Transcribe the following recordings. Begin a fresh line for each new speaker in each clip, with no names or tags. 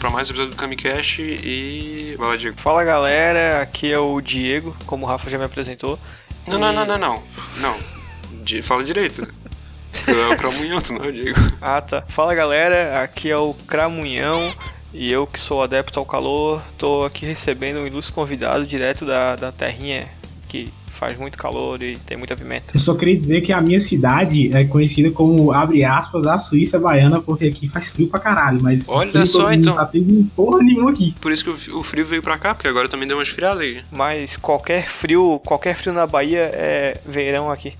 para mais um episódio do Camicast e. Vai lá, Diego.
Fala galera, aqui é o Diego, como o Rafa já me apresentou.
Não, não, não, não, não. Não. Di- Fala direito. né? Você é o Cramunhoto, não é o Diego?
Ah tá. Fala galera, aqui é o Cramunhão e eu que sou adepto ao calor, tô aqui recebendo um ilustre convidado direto da, da terrinha que faz muito calor e tem muita pimenta.
Eu só queria dizer que a minha cidade é conhecida como, abre aspas, a Suíça Baiana, porque aqui faz frio pra caralho, mas
Olha
frio
só,
todo mundo
então.
tá tendo porra nenhuma aqui.
Por isso que o f- o frio veio pra cá, porque agora também deu uma esfriada aí.
Mas qualquer frio, qualquer frio na Bahia é verão aqui.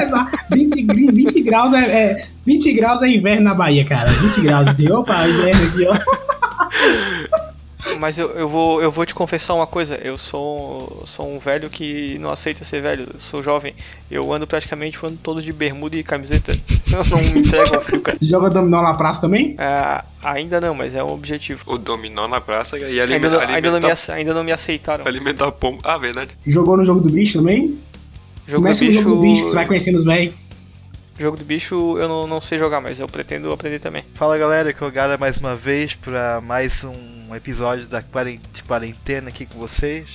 Exato. 20, gri- 20 graus é, é- 20 graus é inverno na Bahia, cara. 20 graus assim, opa, inverno aqui, ó.
Mas eu, eu, vou, eu vou te confessar uma coisa, eu sou, sou um velho que não aceita ser velho, eu sou jovem, eu ando praticamente o ano todo de bermuda e camiseta. Eu não me entrego ao frio, cara.
Joga dominó na praça também?
Ah, ainda não, mas é um objetivo.
O dominó na praça e alime-
Ainda não,
alimentar,
ainda, não me, ace- ainda não me aceitaram.
alimentar pombo. Ah, verdade.
Jogou no jogo do bicho também?
Jogo do
Começa no jogo do bicho,
bicho.
que você vai conhecendo os velhos.
Jogo do bicho eu não, não sei jogar, mas eu pretendo aprender também.
Fala galera, que eu Gara mais uma vez para mais um episódio da quaren- de quarentena aqui com vocês.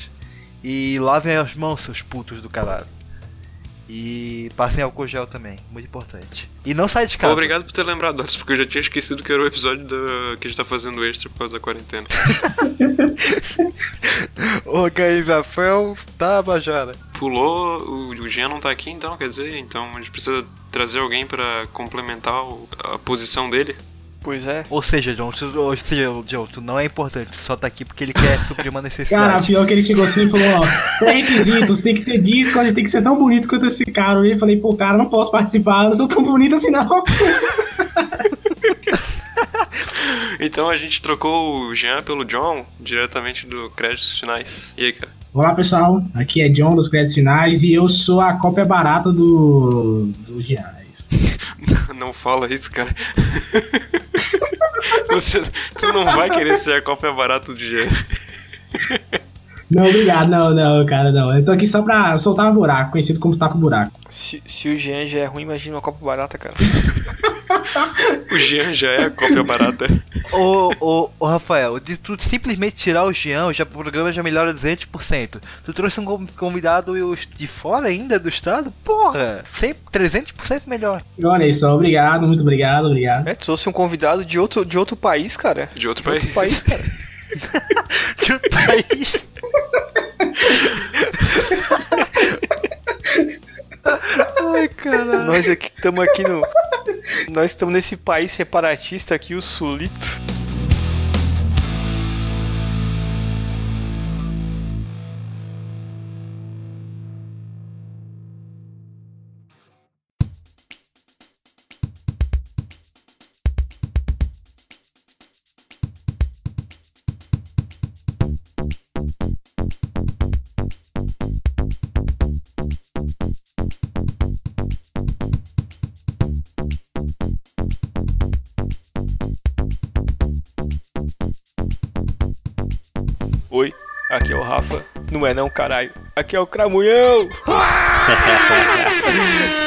E lavem as mãos, seus putos do caralho. E passem álcool gel também, muito importante. E não sai de casa.
Obrigado por ter lembrado antes, porque eu já tinha esquecido que era o episódio da... que a gente tá fazendo extra por causa da quarentena.
Organização da Bajara.
Pulou, o, o Jean não tá aqui então, quer dizer, então a gente precisa trazer alguém pra complementar o- a posição dele.
Pois é.
Ou seja, John, tu, ou seja, John, tu não é importante, tu só tá aqui porque ele quer suprir
Cara,
uma necessidade.
pior que ele chegou assim e falou, ó, pré-requisitos, tem que ter disco, a gente tem que ser tão bonito quanto esse cara. E eu falei, pô, cara, não posso participar, eu não sou tão bonito assim não.
Então a gente trocou o Jean pelo John diretamente do Créditos Finais. E aí, cara?
Olá pessoal, aqui é John dos Créditos Finais e eu sou a cópia barata do, do Jean. é isso.
Não fala isso, cara. Você, tu não vai querer ser a cópia barata do Jean.
Não, obrigado, não, não, cara, não. Eu tô aqui só pra soltar um buraco, conhecido como tapa buraco.
Se, se o Jean já é ruim, imagina uma copa barata, cara.
O Jean já é a cópia barata.
Ô, ô, ô Rafael, de tu simplesmente tirar o Jean, já, o programa já melhora 200%. Tu trouxe um con- convidado e os- de fora ainda do estado? Porra! Sempre 300% melhor.
Olha aí só, obrigado, muito obrigado, obrigado.
É, tu trouxe um convidado de outro, de outro país, cara.
De outro
De
país.
outro país, cara.
Que o país. Ai, caralho.
Nós aqui estamos aqui no. Nós estamos nesse país separatista aqui, o Sulito. Oi, aqui é o Rafa. Não é não, caralho. Aqui é o Cramunhão.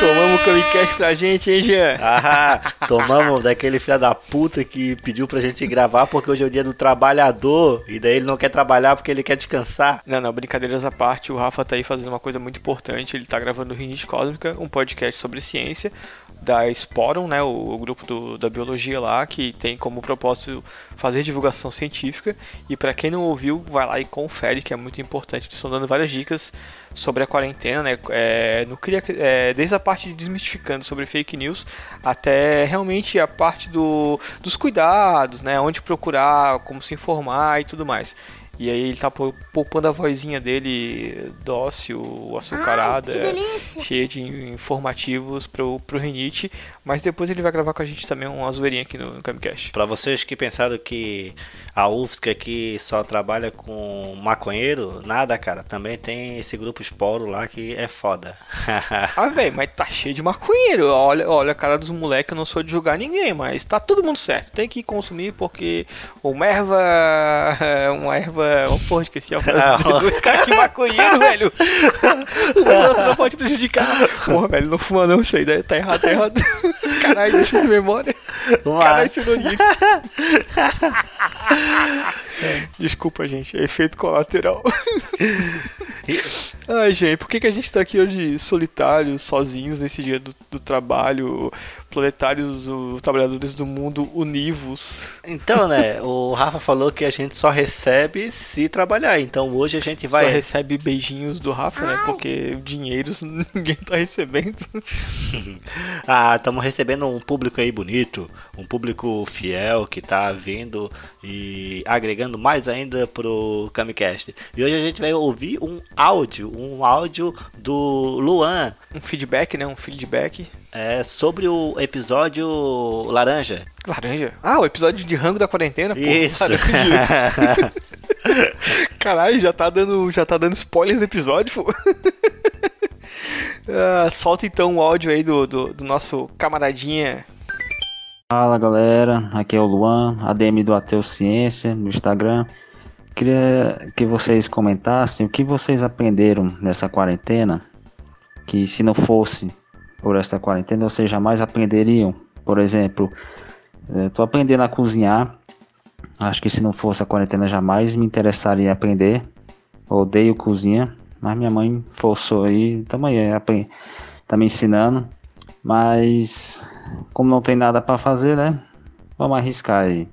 Tomamos o Camicast pra gente, hein, Jean?
Ah, tomamos daquele filho da puta que pediu pra gente gravar porque hoje é o dia do trabalhador e daí ele não quer trabalhar porque ele quer descansar.
Não, não, brincadeiras à parte, o Rafa tá aí fazendo uma coisa muito importante. Ele tá gravando o Rinite Cósmica, um podcast sobre ciência da Sporum, né, o, o grupo do- da biologia lá, que tem como propósito fazer divulgação científica. E pra quem não ouviu, vai lá e confere, que é muito importante. Eles estão dando várias dicas sobre a quarentena, né, é, no cria, é, desde a parte de desmistificando sobre fake news até realmente a parte do, dos cuidados, né, onde procurar, como se informar e tudo mais. E aí ele tá pou- poupando a vozinha dele dócil, açucarada, cheia de informativos pro, pro Renite, mas depois ele vai gravar com a gente também uma zoeirinha aqui no, no Camcast.
Pra vocês que pensaram que a UFSC aqui só trabalha com maconheiro, nada, cara. Também tem esse grupo esporo lá que é foda.
Ah, velho, mas tá cheio de maconheiro. Olha, olha a cara dos moleques, eu não sou de julgar ninguém, mas tá todo mundo certo. Tem que consumir porque uma erva. Uma erva. Oh, porra, esqueci a frase. do cara que maconheiro, velho. O outro não pode prejudicar. Porra, velho, não fuma não, isso aí né? tá errado, tá errado. Caralho, deixa de memória.
Uma-
Caralho, sinônimo. Desculpa, gente. é Efeito colateral. Ai, gente, por que, que a gente tá aqui hoje solitários, sozinhos nesse dia do, do trabalho? Proletários, o, trabalhadores do mundo univos.
Então, né, o Rafa falou que a gente só recebe se trabalhar. Então hoje a gente
Só
vai.
recebe beijinhos do Rafa, né? Porque dinheiros ninguém tá recebendo.
Ah, estamos recebendo um público aí bonito, um público fiel que tá vindo e agregando mais ainda pro Camicast. E hoje a gente vai ouvir um áudio, um áudio do Luan,
Um feedback, né? Um feedback.
é, sobre o episódio Laranja.
Laranja. Ah, o episódio de rango da quarentena, pô.
Isso.
Laranja. Caralho, já tá dando, já tá dando spoiler do episódio, pô. Ah, solta então o áudio aí do, do, do nosso camaradinha.
Fala galera, aqui é o Luan, ADM do Ateu Ciência, no Instagram. Queria que vocês comentassem o que vocês aprenderam nessa quarentena, que se não fosse por essa quarentena vocês jamais aprenderiam. Por exemplo, estou aprendendo a cozinhar, acho que se não fosse a quarentena jamais me interessaria em aprender. Odeio cozinha, mas minha mãe forçou aí, também é, tá me ensinando. Mas como não tem nada para fazer, né? Vamos arriscar aí.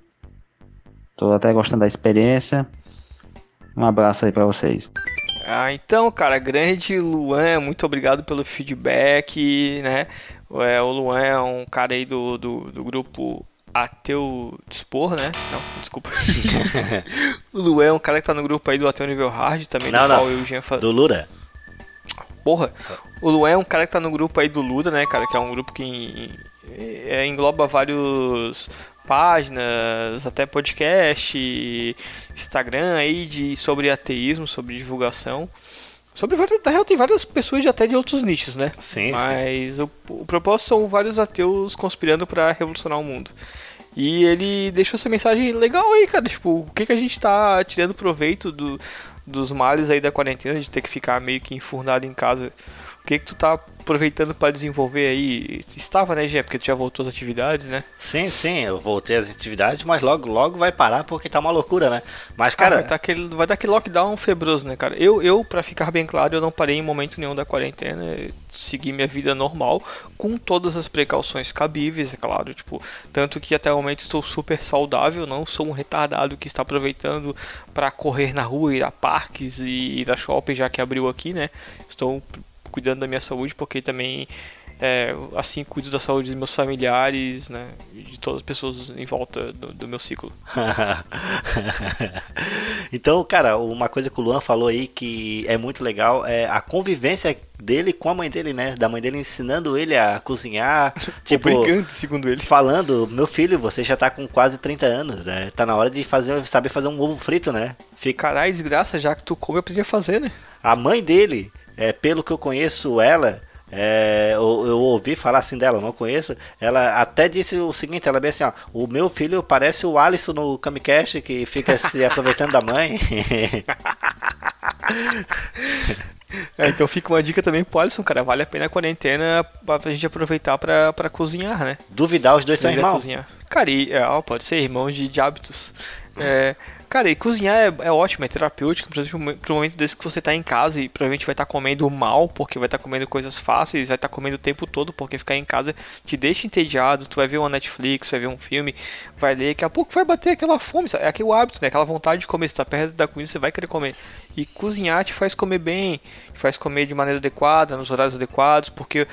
Tô até gostando da experiência. Um abraço aí para vocês.
Ah, então, cara, grande Luan, muito obrigado pelo feedback, né? É, o Luan é um cara aí do, do, do grupo Ateu Dispor, né? Não, desculpa. o Luan é um cara que tá no grupo aí do Ateu Nível Hard também,
Não,
do
não.
qual eu e o Jean fa-
Do Lura?
Porra, o Luan é um cara que tá no grupo aí do Luda, né, cara? Que é um grupo que en- é, engloba vários páginas, até podcast, Instagram aí de, sobre ateísmo, sobre divulgação. Sobre várias, na real, tem várias pessoas de até de outros nichos, né?
Sim, sim.
Mas o, o propósito são vários ateus conspirando pra revolucionar o mundo. E ele deixou essa mensagem legal aí, cara. Tipo, o que, que a gente tá tirando proveito do, dos males aí da quarentena, de ter que ficar meio que enfurnado em casa. O que que tu tá aproveitando pra desenvolver aí? Estava, né, Gê? Porque tu já voltou às atividades, né?
Sim, sim, eu voltei às atividades, mas logo, logo vai parar porque tá uma loucura, né? Mas, cara,
vai, dar tá aquele, vai dar aquele lockdown febroso, né, cara? Eu, eu, pra ficar bem claro, eu não parei em momento nenhum da quarentena. eu Segui minha vida normal, com todas as precauções cabíveis, é claro. Tipo, tanto que até o momento estou super saudável, não sou um retardado que está aproveitando pra correr na rua, ir a parques e ir a shopping, já que abriu aqui, né? Estou cuidando da minha saúde, porque também. é, assim cuido da saúde dos meus familiares, né? e De todas as pessoas em volta do- do meu ciclo.
então, cara, uma coisa que o Luan falou aí que é muito legal é a convivência dele com a mãe dele, né? Da mãe dele ensinando ele a cozinhar, tipo,
Obrigante, segundo ele.
falando, meu filho, você já tá com quase 30 anos, né? Tá na hora de fazer, saber fazer um ovo frito, né? Fica
Caralho, desgraça, já que tu come, eu aprendi a fazer, né?
a mãe dele, é, pelo que eu conheço ela, é, eu, eu ouvi falar assim dela, eu não conheço. Ela até disse o seguinte: ela bem assim, ó, o meu filho parece o Alisson no Camicast que fica se aproveitando da mãe.
É, então fica uma dica também pro Alisson, cara. Vale a pena a quarentena pra, pra gente aproveitar pra, pra cozinhar, né?
Duvidar, os dois são
Aprender a
irmãos.
Cozinhar. Cara, e, é, ó, pode ser irmão de, de hábitos. É, cara, e cozinhar é, é ótimo, é terapêutico, principalmente pro momento desse que você tá em casa e provavelmente vai estar comendo mal, porque vai estar comendo coisas fáceis, vai estar comendo o tempo todo, porque ficar em casa te deixa entediado, tu vai ver uma Netflix, vai ver um filme, vai ler, daqui a pouco vai bater aquela fome, sabe? é aquele hábito, né? Aquela vontade de comer, se tá perto da comida, você vai querer comer. E cozinhar te faz comer bem, te faz comer de maneira adequada, nos horários adequados, porque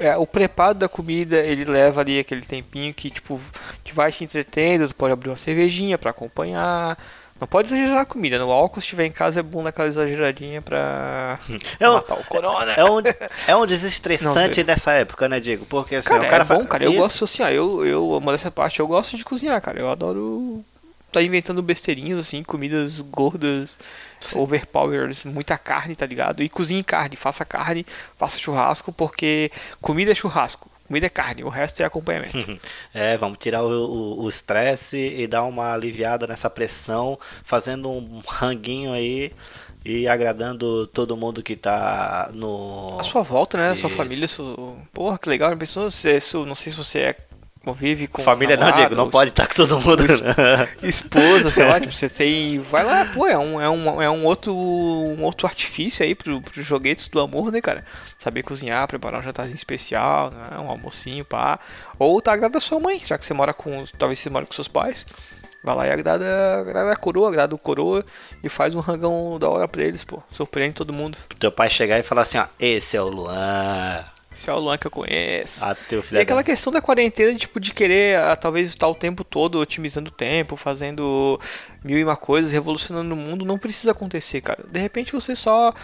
é, o preparo da comida ele leva ali aquele tempinho que tipo que vai te entretendo, tu pode abrir uma cervejinha pra acompanhar. Não pode exagerar na comida, no álcool se tiver em casa é bom naquela exageradinha pra
É um,
matar o corona.
é um, é um
Não,
desestressante
Diego.
nessa época, né, Diego? Porque assim,
Cara,
o cara
é bom,
fa-
cara. Eu
Isso.
gosto assim, ah, eu, eu, modéstia à parte, eu gosto de cozinhar, cara. Eu adoro tá inventando besteirinhas, assim, comidas gordas, overpowers, muita carne, tá ligado? E cozinhe carne, faça carne, faça churrasco, porque comida é churrasco, comida é carne, o resto é acompanhamento.
É, vamos tirar o- o o estresse e dar uma aliviada nessa pressão, fazendo um ranguinho aí e agradando todo mundo que tá no.
A sua volta, né? A sua
Isso.
família, sua... Porra, que legal. Já Pensou, se, se, não sei se você é convive com.
Família não,
namorado,
Diego, não pode estar com todo mundo. né?
Esposa, sei lá, tipo, você tem. Vai lá, pô, é um, é um, é um, outro, um outro artifício aí pro, pros joguetes do amor, né, cara? Saber cozinhar, preparar um jantarzinho especial, né? Um almocinho, pá. Ou tá agrada a sua mãe, já que você mora com. Talvez você mora com seus pais. Vai lá e agrada, agrada a coroa, agrada o coroa e faz um rangão da hora pra eles, pô. Surpreende todo mundo.
Teu pai chegar e falar assim, ó, esse é o Luan.
Esse é o Luan que eu conheço.
Ah, teu filho
E aquela questão da quarentena, tipo, de querer ah, talvez estar o tempo todo otimizando o tempo, fazendo mil e uma coisas, revolucionando o mundo, não precisa acontecer, cara. De repente você só.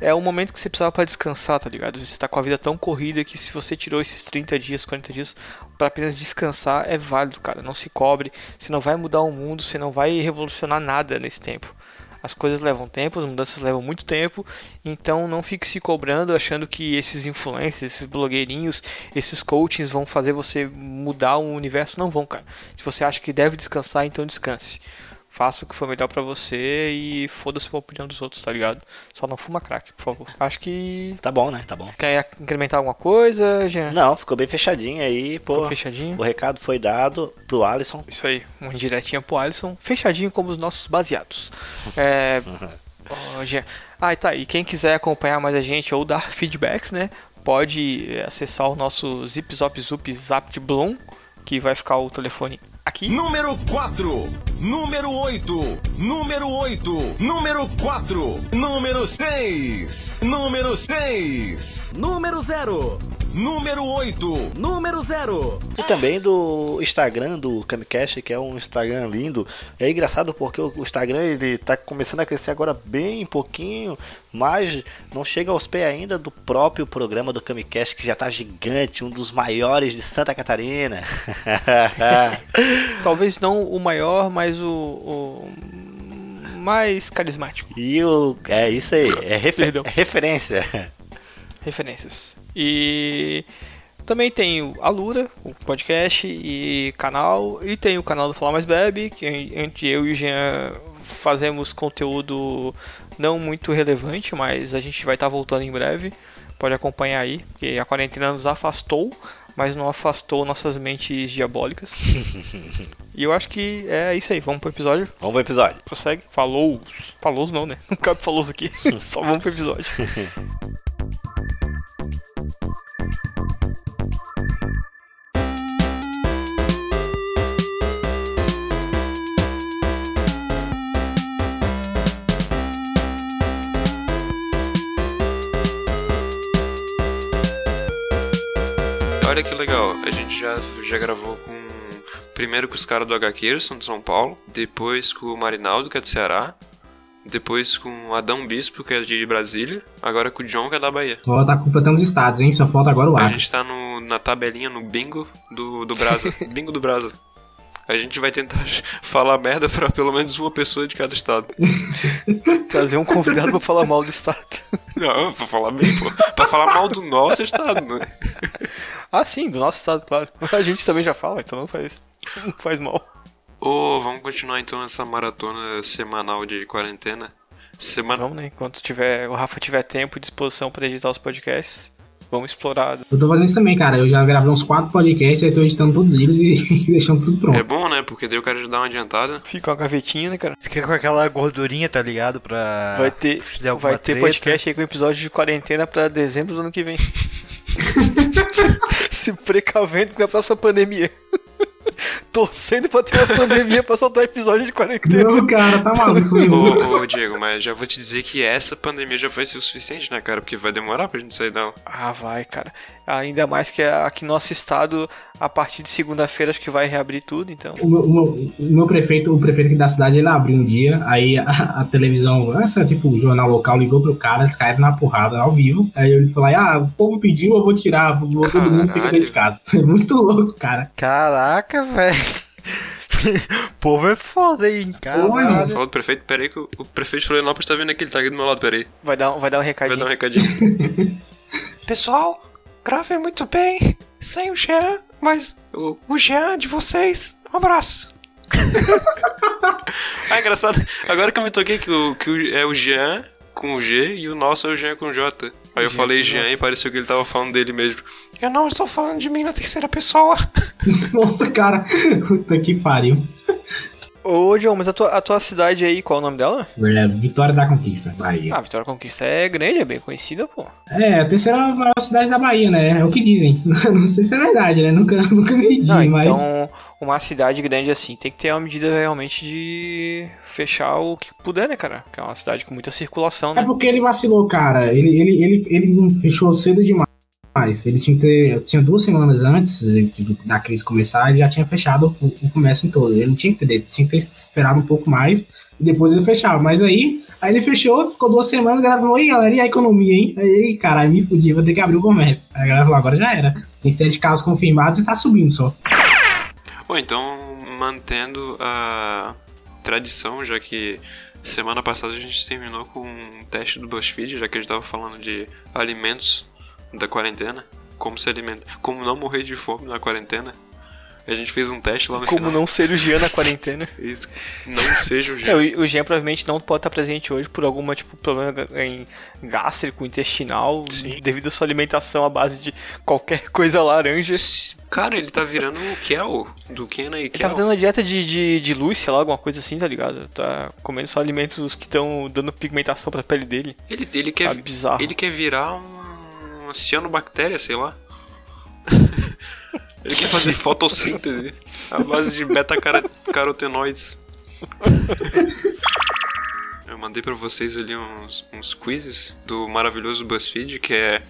É um momento que você precisava pra descansar, tá ligado? Você tá com a vida tão corrida que se você tirou esses 30 dias, 40 dias pra apenas descansar, é válido, cara. Não se cobre. Você não vai mudar o mundo, você não vai revolucionar nada nesse tempo. As coisas levam tempo, as mudanças levam muito tempo, então não fique se cobrando achando que esses influencers, esses blogueirinhos, esses coachings vão fazer você mudar o universo. Não vão, cara. Se você acha que deve descansar, então descanse. Faça o que for melhor pra você e foda-se a opinião dos outros, tá ligado? Só não fuma crack, por favor. Acho que.
Tá bom, né? Tá bom.
Quer incrementar alguma coisa, Jean?
Não, ficou bem fechadinho aí, pô.
Ficou fechadinho?
O recado foi dado pro Alisson.
Isso aí, um indiretinha pro Alisson, fechadinho como os nossos baseados. É. ô, Jean. Ah, e tá. E quem quiser acompanhar mais a gente ou dar feedbacks, né? Pode eh, acessar o nosso Zip Zop Zup Zap de Bloom, que vai ficar o telefone aqui.
Número 4, número 8, número 8, número 4, número 6, número 6,
Número 0.
número 8.
Número 0.
E também do Instagram do Camicast, que é um Instagram lindo. É engraçado porque o o Instagram ele tá começando a crescer agora bem pouquinho, mas não chega aos pés ainda do próprio programa do Camicast, que já tá gigante, um dos maiores de Santa Catarina.
Talvez não o maior, mas o. o mais carismático.
e o é isso aí, é, refer-
Perdão.
é referência.
Referências. E. Também tem o Alura, o podcast e canal, e tem o canal do Falar Mais Bebe, que onde eu e o Jean fazemos conteúdo não muito relevante, mas a gente vai estar voltando em breve. Pode acompanhar aí, porque a quarentena nos afastou, mas não afastou nossas mentes diabólicas. e eu acho que é isso aí, vamos pro episódio.
Vamos pro episódio.
Prossegue. Falou. Falou não, né? Não cabe falou aqui. Só vamos pro episódio.
Olha que legal, a gente já, já gravou com. Primeiro com os caras do HQ, são de São Paulo. Depois com o Marinaldo, que é do Ceará. Depois com o Adão Bispo, que é de Brasília. Agora com o John, que é da Bahia.
Ó, tá completando os estados, hein? Só falta agora o
A
Acre.
gente tá no, na tabelinha, no bingo do, do Brasa. bingo do Brasa. A gente vai tentar falar merda pra pelo menos uma pessoa de cada estado.
Trazer um convidado pra falar mal do estado.
Não, pra falar bem, pô. Pra falar mal do nosso estado, né?
Ah, sim, do nosso estado, claro. A gente também já fala, então não faz, não faz mal.
Ô, vamos continuar então essa maratona semanal de quarentena.
Ah.
Semana.
Vamos, né? Enquanto tiver, o Rafa tiver tempo e disposição pra editar os podcasts, vamos explorar.
Eu tô fazendo isso também, cara. Eu já gravei uns quatro podcasts, aí tô editando todos eles e deixando tudo
É
pronto.
bom, né? Porque daí o cara já dá uma adiantada.
Fica uma gavetinha, né, cara?
Fica com aquela gordurinha, tá ligado? Pra.
Vai ter,
se der alguma
vai ter
treta.
podcast aí com episódio de quarentena pra dezembro do ano que vem. Se precavendo na próxima pandemia. Torcendo pra ter uma pandemia pra soltar episódio de quarentena.
Não, cara, tá maluco,
Ô,
meu.
ô, Diego, mas já vou te dizer que essa pandemia já vai ser o suficiente, né, cara? Porque vai demorar pra gente sair da.
Ah, vai, cara. Ainda mais que é aqui nosso estado, a partir de segunda-feira, acho que vai reabrir tudo, então.
O meu, o meu- o meu prefeito, o prefeito aqui da cidade, ele abriu um dia, aí a, a televisão, essa tipo, o jornal local ligou pro cara, eles caíram na porrada ao vivo. Aí ele falou: ah, o povo pediu, eu vou tirar, vou, todo mundo fica dentro de casa. Foi muito louco, cara.
Caraca, velho. o povo é foda, hein?
Olha.
Caralho.
Fala do prefeito, peraí que o o prefeito de Florianópolis tá vindo aqui, ele tá aqui do meu lado, peraí.
Vai dar, vai dar um
Vai
recadinho.
dar um recadinho.
Pessoal, gravem muito bem, sem o Jean, mas o, o Jean de vocês. Um abraço.
Ah, engraçado. Agora que eu me toquei que, o, que o- é o Jean, com G e o nosso é o Jean com J. Aí eu falei Jean e pareceu que ele tava falando dele mesmo.
Eu não estou falando de mim na terceira pessoa.
Nossa, cara. Puta que pariu.
Ô, John, mas a tua, a tua cidade aí, qual é o nome dela?
É, Vitória da Conquista, Bahia.
Ah, Vitória Conquista é grande, é bem conhecida, pô.
É, a terceira maior cidade da Bahia, né? É o que dizem. Não sei se é verdade, né? Nunca, nunca medi,
Não,
mas.
Então, uma cidade grande assim tem que ter uma medida realmente de fechar o que puder, né, cara? Porque é uma cidade com muita circulação,
É
né?
porque ele vacilou, cara. Ele, ele, ele, ele fechou cedo demais. Ele tinha que ter. Tinha duas semanas antes de- de- da crise começar, ele já tinha fechado o, o comércio em todo. Ele não tinha que ter, tinha que ter esperado um pouco mais e depois ele fechava. Mas aí, aí ele fechou, ficou duas semanas, a galera falou, ei galera, e a economia, hein? Aí, caralho, me fudi, vou ter que abrir o comércio. Aí a galera falou, agora já era. Tem sete casos confirmados e tá subindo só.
Ou então, mantendo a tradição, já que semana passada a gente terminou com um teste do BuzzFeed, já que a gente tava falando de alimentos da quarentena. Como se alimenta. Como não morrer de fome na quarentena. A gente fez um teste lá no
Como
final.
não ser o Jean na quarentena.
Isso. Não seja o
É,
jeito.
o o Jean provavelmente não pode estar presente hoje por alguma, tipo, problema ga- em gástrico, intestinal,
Sim.
devido à sua alimentação à base de qualquer coisa laranja.
Cara, ele tá virando o Kel do Kenan e
Ele tá
Kel.
fazendo uma dieta de, de, de luz, sei lá, alguma coisa assim, tá ligado? Tá comendo só alimentos que estão dando pigmentação pra pele dele.
Ele, ele,
Tá
quer,
bizarro.
ele quer virar um, uma cianobactéria, sei lá. ele quer fazer fotossíntese à base de beta-carotenoides. Eu mandei pra vocês ali uns, uns quizzes do maravilhoso BuzzFeed, que é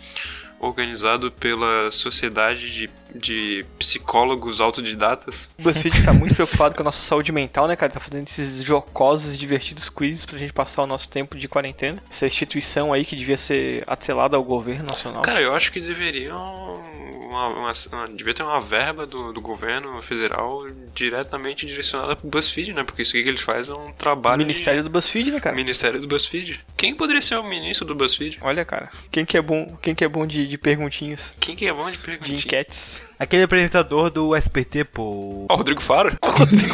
organizado pela Sociedade de, de Psicólogos Autodidatas.
O BuzzFeed tá muito preocupado com a nossa saúde mental, né, cara? Tá fazendo esses jocosos e divertidos quizzes pra gente passar o nosso tempo de quarentena. Essa instituição aí que devia ser atrelada ao governo nacional.
Cara, eu acho que deveriam. Uma, uma- uma- devia ter uma verba do, do governo federal diretamente direcionada pro BuzzFeed, né? Porque isso aqui que eles fazem é um trabalho. de-
Ministério do BuzzFeed, né, cara?
Ministério do BuzzFeed. Quem poderia ser o ministro do BuzzFeed?
Olha, cara, quem que é bom, quem que é bom de, de perguntinhas,
Quem que é bom de
de
perguntar?
enquetes?
Aquele apresentador do SPT, pô.
Ó, Rodrigo Faro?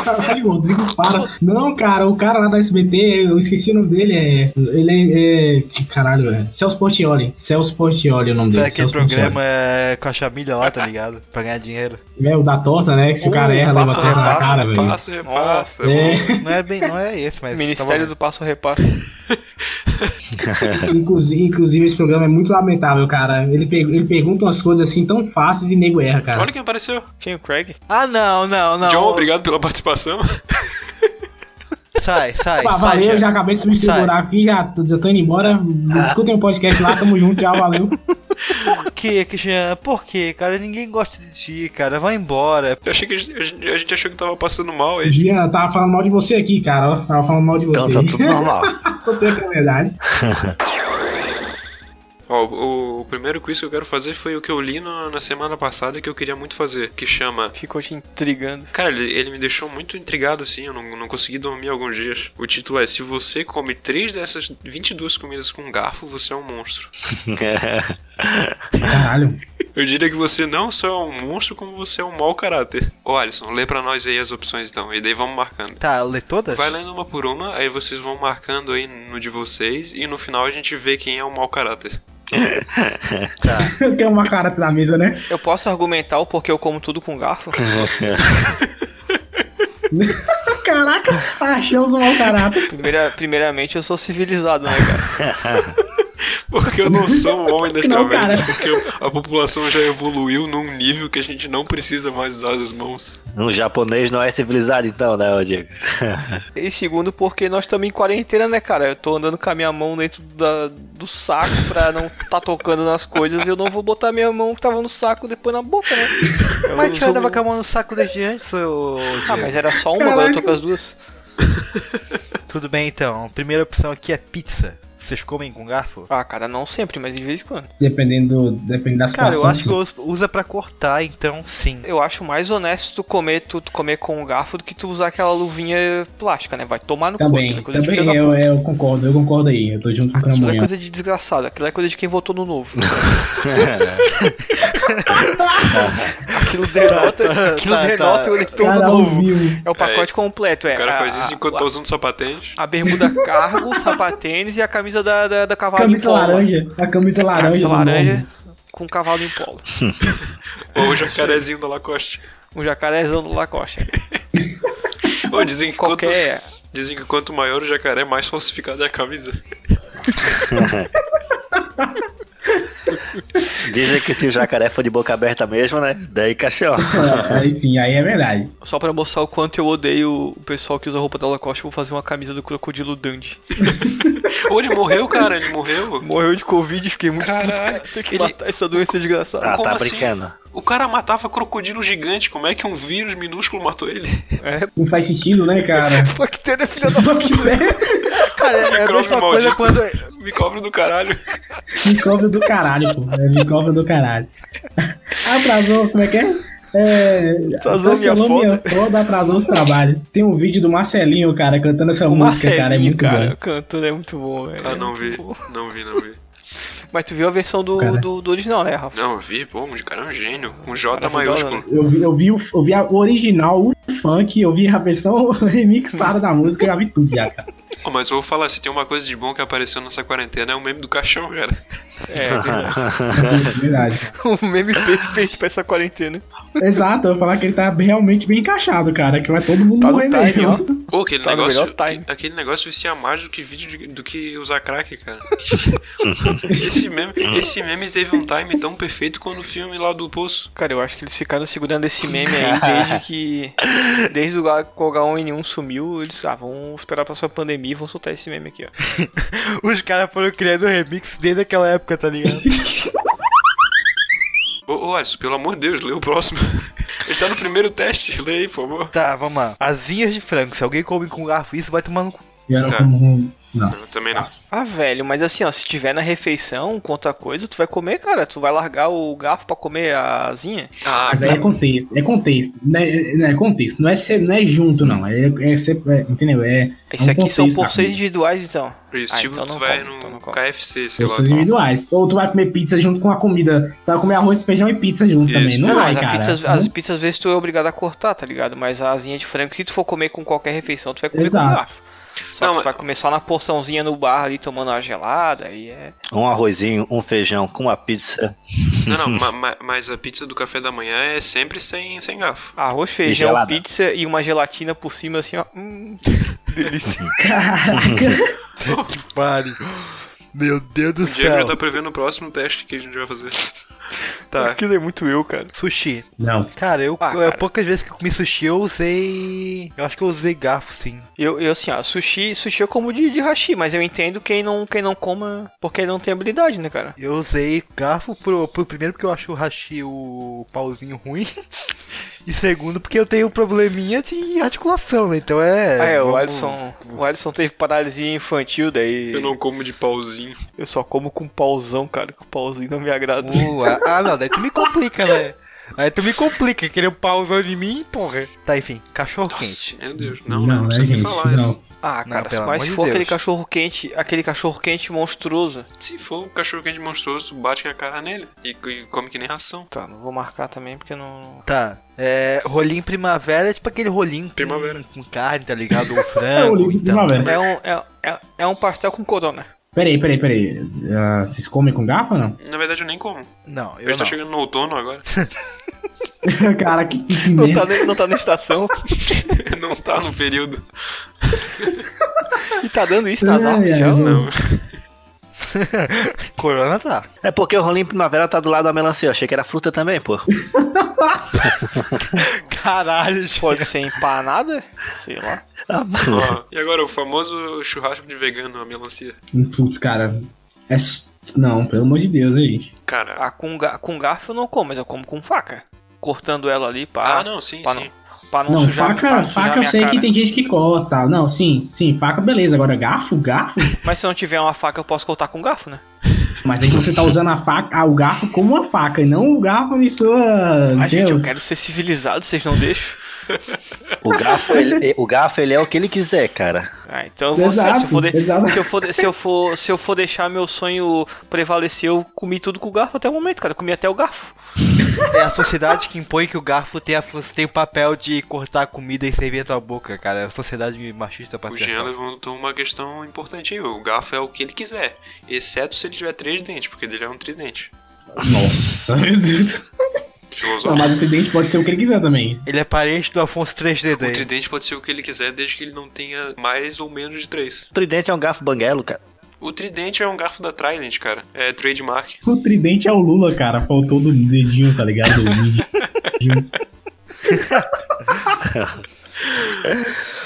Caralho, o Rodrigo para. Não, cara, o cara lá da SBT, eu esqueci o nome dele, é. Ele é. é- que caralho, é. Celso Portioli. Celso Portioli é o nome dele.
Pra aquele
Celso Portiolli.
programa é, com a chamilha lá, tá ligado? Pra ganhar dinheiro.
É, o da torta, né? Que se o
Uh,
cara erra, leva
passa,
a torta na
passa,
cara, velho.
Passo, repassa.
É,
Não é bem, não é esse,
tá
mas.
Ministério do Passo Repasso.
inclusive, inclusive, esse programa é muito lamentável, cara. Ele, pe- ele pergunta umas coisas assim tão fáceis e nego erra, cara.
Olha quem apareceu.
Quem, o Craig?
Ah, não, não, não.
John, obrigado pela participação.
Sai, sai,
Ah,
sai.
valeu,
Jean.
já acabei de subir esse
Sai.
buraco aqui, já, tô- já tô indo embora. Escutem o podcast lá, tamo junto, já, valeu.
Por que, Jean? Por que, cara? Ninguém gosta de ti, cara. Vai embora.
Eu achei que a gente, a gente achou que tava passando mal aí.
Jean, eu tava falando mal de você aqui, cara. ó, Tava falando mal de você.
Então tá tudo normal.
Só tem a verdade.
Ó, o, o primeiro quiz que eu quero fazer foi o que eu li na- na semana passada que eu queria muito fazer, que chama
Ficou te intrigando.
Cara, ele, ele me deixou muito intrigado, assim, eu não, não consegui dormir alguns dias. O título é Se você come três dessas 22 comidas com um garfo, você é um monstro.
Caralho.
Eu diria que você não só é um monstro, como você é um mau caráter. Ô, Alisson, lê pra nós aí as opções, então, e daí vamos marcando.
Tá, lê todas?
Vai lendo uma por uma, aí vocês vão marcando aí no de vocês, e no final a gente vê quem é o mau caráter.
Tem uma cara pela mesa, né?
Eu posso argumentar o porquê eu como tudo com garfo?
Caraca, achamos um mau caráter.
Primeira, primeiramente, eu sou civilizado, né, cara?
Porque eu não sou um homem
Não, cara.
naturalmente, porque eu- a população já evoluiu num nível que a gente não precisa mais usar as mãos.
um japonês não é civilizado então, né, ô Diego?
E segundo, porque nós estamos em quarentena, né, cara? Eu tô andando com a minha mão dentro da- do saco pra não tá tocando nas coisas e eu não vou botar minha mão que tava no saco depois na boca, né? Eu
Mas tu
sou- um-
andava com a mão no saco desde antes, ô.
Ah,
Diego?
mas é- era só uma, agora eu tô com as duas.
Tudo bem então. Primeira opção aqui é pizza. Vocês comem com garfo?
Ah, cara, não sempre, mas de vez em quando.
Dependendo, dependendo da
Cara,
situação.
eu acho que usa pra cortar, então sim.
Eu acho mais honesto tu comer, tu, tu comer com um garfo do que tu usar aquela luvinha plástica, né? Vai tomar no cu,
Também,
aquela coisa de filho
também
da
eu,
puta.
eu concordo, eu concordo aí. Eu tô junto com o
Aquilo é
Cramunha.
coisa de desgraçado, aquilo é coisa de quem votou no novo.
é
aquilo denota, aquilo
Tá, tá.
denota o eleitor do
Cara, ao
novo.
vivo.
É o pacote completo, é.
O cara
a-
faz isso enquanto
a,
tá usando sapatênis.
a bermuda cargo, sapatênis e a camisa camisa da, da, da cavalo em
Camisa
polo. é.
laranja. A camisa laranja.
Camisa
do
laranja
nome.
com cavalo em polo.
Ou o jacarezinho da Lacoste.
Um jacarezão do Lacoste.
Ou dizem que, quanto,
Qualquer.
dizem que quanto maior o jacaré, mais falsificada é a camisa.
Dizem que se o jacaré for de boca aberta mesmo, né? Daí caixão.
Ah, Aí sim, aí é verdade.
Só pra mostrar o quanto eu odeio o pessoal que usa roupa da Lacoste, eu vou fazer uma camisa do Crocodilo Dundee.
Ou ele morreu, cara, ele morreu.
Morreu de Covid, fiquei muito puto, cara.
Caralho,
Tem que
ele,
matar essa doença desgraçada.
Ah,
Como
tá
assim?
brincando.
o cara matava crocodilo gigante, como é que um vírus minúsculo matou ele?
Não faz sentido, né, cara?
Bactéria, filha da...
Cara, é, é a
Micróbio
um
mesma coisa
maldito.
quando.
Me cobre do caralho.
Micróbio do caralho, pô. É micróbio do caralho. Atrasou, como é que é? É,
Atrasou minha
cancelou foda, atrasou os trabalhos. Tem um vídeo do Marcelinho, cara, cantando essa
O
música,
Marcelinho,
cara, é muito
cara,
bom.
cantando é muito bom, velho.
Ah,
É
não
muito
vi,
bom.
não vi, não vi.
Mas tu viu a versão do,
Cara.
do, do original, né, Rafa?
Não, eu vi, pô, um cara é um gênio, com J
Maravilhoso,
maiúsculo.
Eu vi, eu, vi o, eu vi a original, o funk, eu vi a versão remixada da música, eu já vi tudo já, cara.
Ô, mas eu vou falar, se tem uma coisa de bom que apareceu nessa quarentena é o meme do caixão, cara.
É, verdade.
É verdade.
um meme perfeito pra essa quarentena.
Exato, eu vou falar que ele tá realmente bem encaixado, cara, que vai todo mundo
Tá no
morrer
time,
mesmo.
ó.
Pô, aquele
Tá no
negócio.
melhor time.
que- aquele negócio vicia mais do que vídeo de- do que usar crack, cara. esse, meme, esse meme teve um time tão perfeito quanto o filme lá do Poço.
Cara, eu acho que eles ficaram segurando esse meme aí desde que. Desde o H1N1 sumiu, eles ah, vão esperar pra sua pandemia e vão soltar esse meme aqui, ó.
Os caras foram criando remix desde aquela época, tá ligado?
Ô, ô Alisson, pelo amor de Deus, lê o próximo. Ele está no primeiro teste, lê aí, por favor.
tá, vamos lá. Asinhas de frango. Se alguém come com garfo, isso vai tomar no cu.
E era um
Tá.
como- Não.
Eu também não.
Ah, velho, mas assim, ó, se tiver na refeição, conta coisa, tu vai comer, cara. Tu vai largar o garfo pra comer a asinha.
Ah,
Mas aí é contexto, é contexto, né? é- não é contexto, não é, ser- não é junto, não, é, é, ser- é- entendeu? É,
Esse aqui são
contexto,
porções
cara.
individuais, então.
isso,
Ah,
tipo,
então
tu
não
vai
come, então
no
não come.
KFC, sei lá.
pessoas individuais. Ou tu vai comer pizza junto com a comida, tu vai comer arroz, feijão e pizza junto
Isso.
também, não,
Não,
vai,
mas a
cara.
pizza- as pizzas às vezes tu é obrigado a cortar, tá ligado? Mas a asinha de frango, se tu for comer com qualquer refeição, tu vai comer
Exato.
com garfo. Só
Não,
que
mas-
tu vai comer só na porçãozinha no bar ali, tomando uma gelada, e é...
Um arrozinho, um feijão com uma pizza
Não, não, ma- ma- mas a pizza do café da manhã é sempre sem, sem garfo.
Arroz, feijão,
gelada.
pizza e uma gelatina por cima, assim, ó. Hum, delícia.
Que pariu. Meu Deus do
O Diego já
céu.
tá prevendo o próximo teste que a gente vai fazer. Tá.
Aquilo é muito eu, cara.
Sushi.
Não,
Cara, eu,
Ah,
eu-
cara.
poucas vezes que eu comi sushi eu usei. Eu acho que eu usei garfo, sim.
Eu, eu assim, ó, sushi, sushi eu como de, de hashi, mas eu entendo quem não, quem não coma porque não tem habilidade, né, cara?
Eu usei garfo pro, pro primeiro porque eu acho o hashi o pauzinho ruim. E segundo, porque eu tenho um probleminha de articulação, né? Então é.
ah, é, o
vamos-
Alisson, o Alisson teve paralisia infantil, daí
Eu não como de pauzinho.
eu só como com pauzão, cara, que o pauzinho não me agrada.
Uh, ah, ah, não, daí tu me complica, né? Aí tu me complica, querer um pauzão de mim, porra. Tá, enfim, cachorro quente.
Nossa, meu Deus. Não,
não,
né,
não, não
é,
precisa
gente,
nem falar. né?
não.
Ah,
Não,
cara,
pelo
mas
amor
se
de
for aquele
Deus.
cachorro quente, aquele cachorro quente monstruoso.
Se for um cachorro quente monstruoso, tu bate a cara nele e, e come que nem ração.
Tá, não vou marcar também porque não.
Tá, é. Rolinho primavera é tipo aquele rolinho com,
Primavera.
com carne, tá ligado? Ou
É o
frango.
livro de
então.
primavera.
É um, é, é, é um pastel com corona.
Peraí, peraí, peraí. Ah, vocês comem com garfo ou não?
Na verdade, eu nem como.
Não,
Eu
eu
tá
não.
chegando no outono agora.
cara, que, que
Não
merda.
tá, nem- não tá na estação
não tá no período.
e tá dando isso nas
Ai,
árvores
ai,
já.
não.
Não.
Corona tá.
É porque o rolinho primavera tá do lado da melancia. Eu achei que era fruta também, pô.
Caralho,
Pode ser empanada? Sei lá.
Ó, e agora o famoso churrasco de vegano, a melancia.
Putz, cara. É... s- Não, pelo amor de Deus, né, gente?
Cara.
Ah, com, ga- com garfo eu não como, mas eu como com faca. Cortando ela ali
Ah,
pra,
não, sim,
pra
sim.
pra não
Não,
sujar pra
faca,
não sujar
faca eu
minha
sei
cara.
que tem gente que corta. Não, sim, sim, faca, beleza. Agora, garfo, garfo.
Mas se eu não tiver uma faca, eu posso cortar com garfo, né?
Mas aí você tá usando a faca, ah, o garfo como uma faca, e não o garfo em sua.
Ah, gente, eu
Deus.
quero ser civilizado, vocês não deixam.
O garfo, ele, o garfo, ele é o que ele quiser, cara.
Ah, então eu vou- se- se, eu
Exato,
for de-
exato.
se eu for de- se eu for se eu for deixar meu sonho prevalecer, eu comi tudo com o garfo até o momento, cara. Eu comi até o garfo.
É a sociedade que impõe que o garfo tem, a, fu- tem o papel de cortar a comida e servir a tua boca, cara. É a sociedade machista
O Jean
patriarcal.
levantou uma questão importante aí. O garfo é o que ele quiser, exceto se ele tiver três dentes, porque dele é um tridente.
Nossa, meu Deus. Não,
Filosófico.
mas o tridente pode ser o que ele quiser também.
Ele é parente do Afonso 3
O
dd
tridente pode ser o que ele quiser, desde que ele não tenha mais ou menos de três.
O tridente é um garfo banguelo, cara.
O tridente é um garfo da Trident, cara. É trademark.
O tridente é o Lula, cara. Faltou do dedinho, tá ligado? Do dedinho.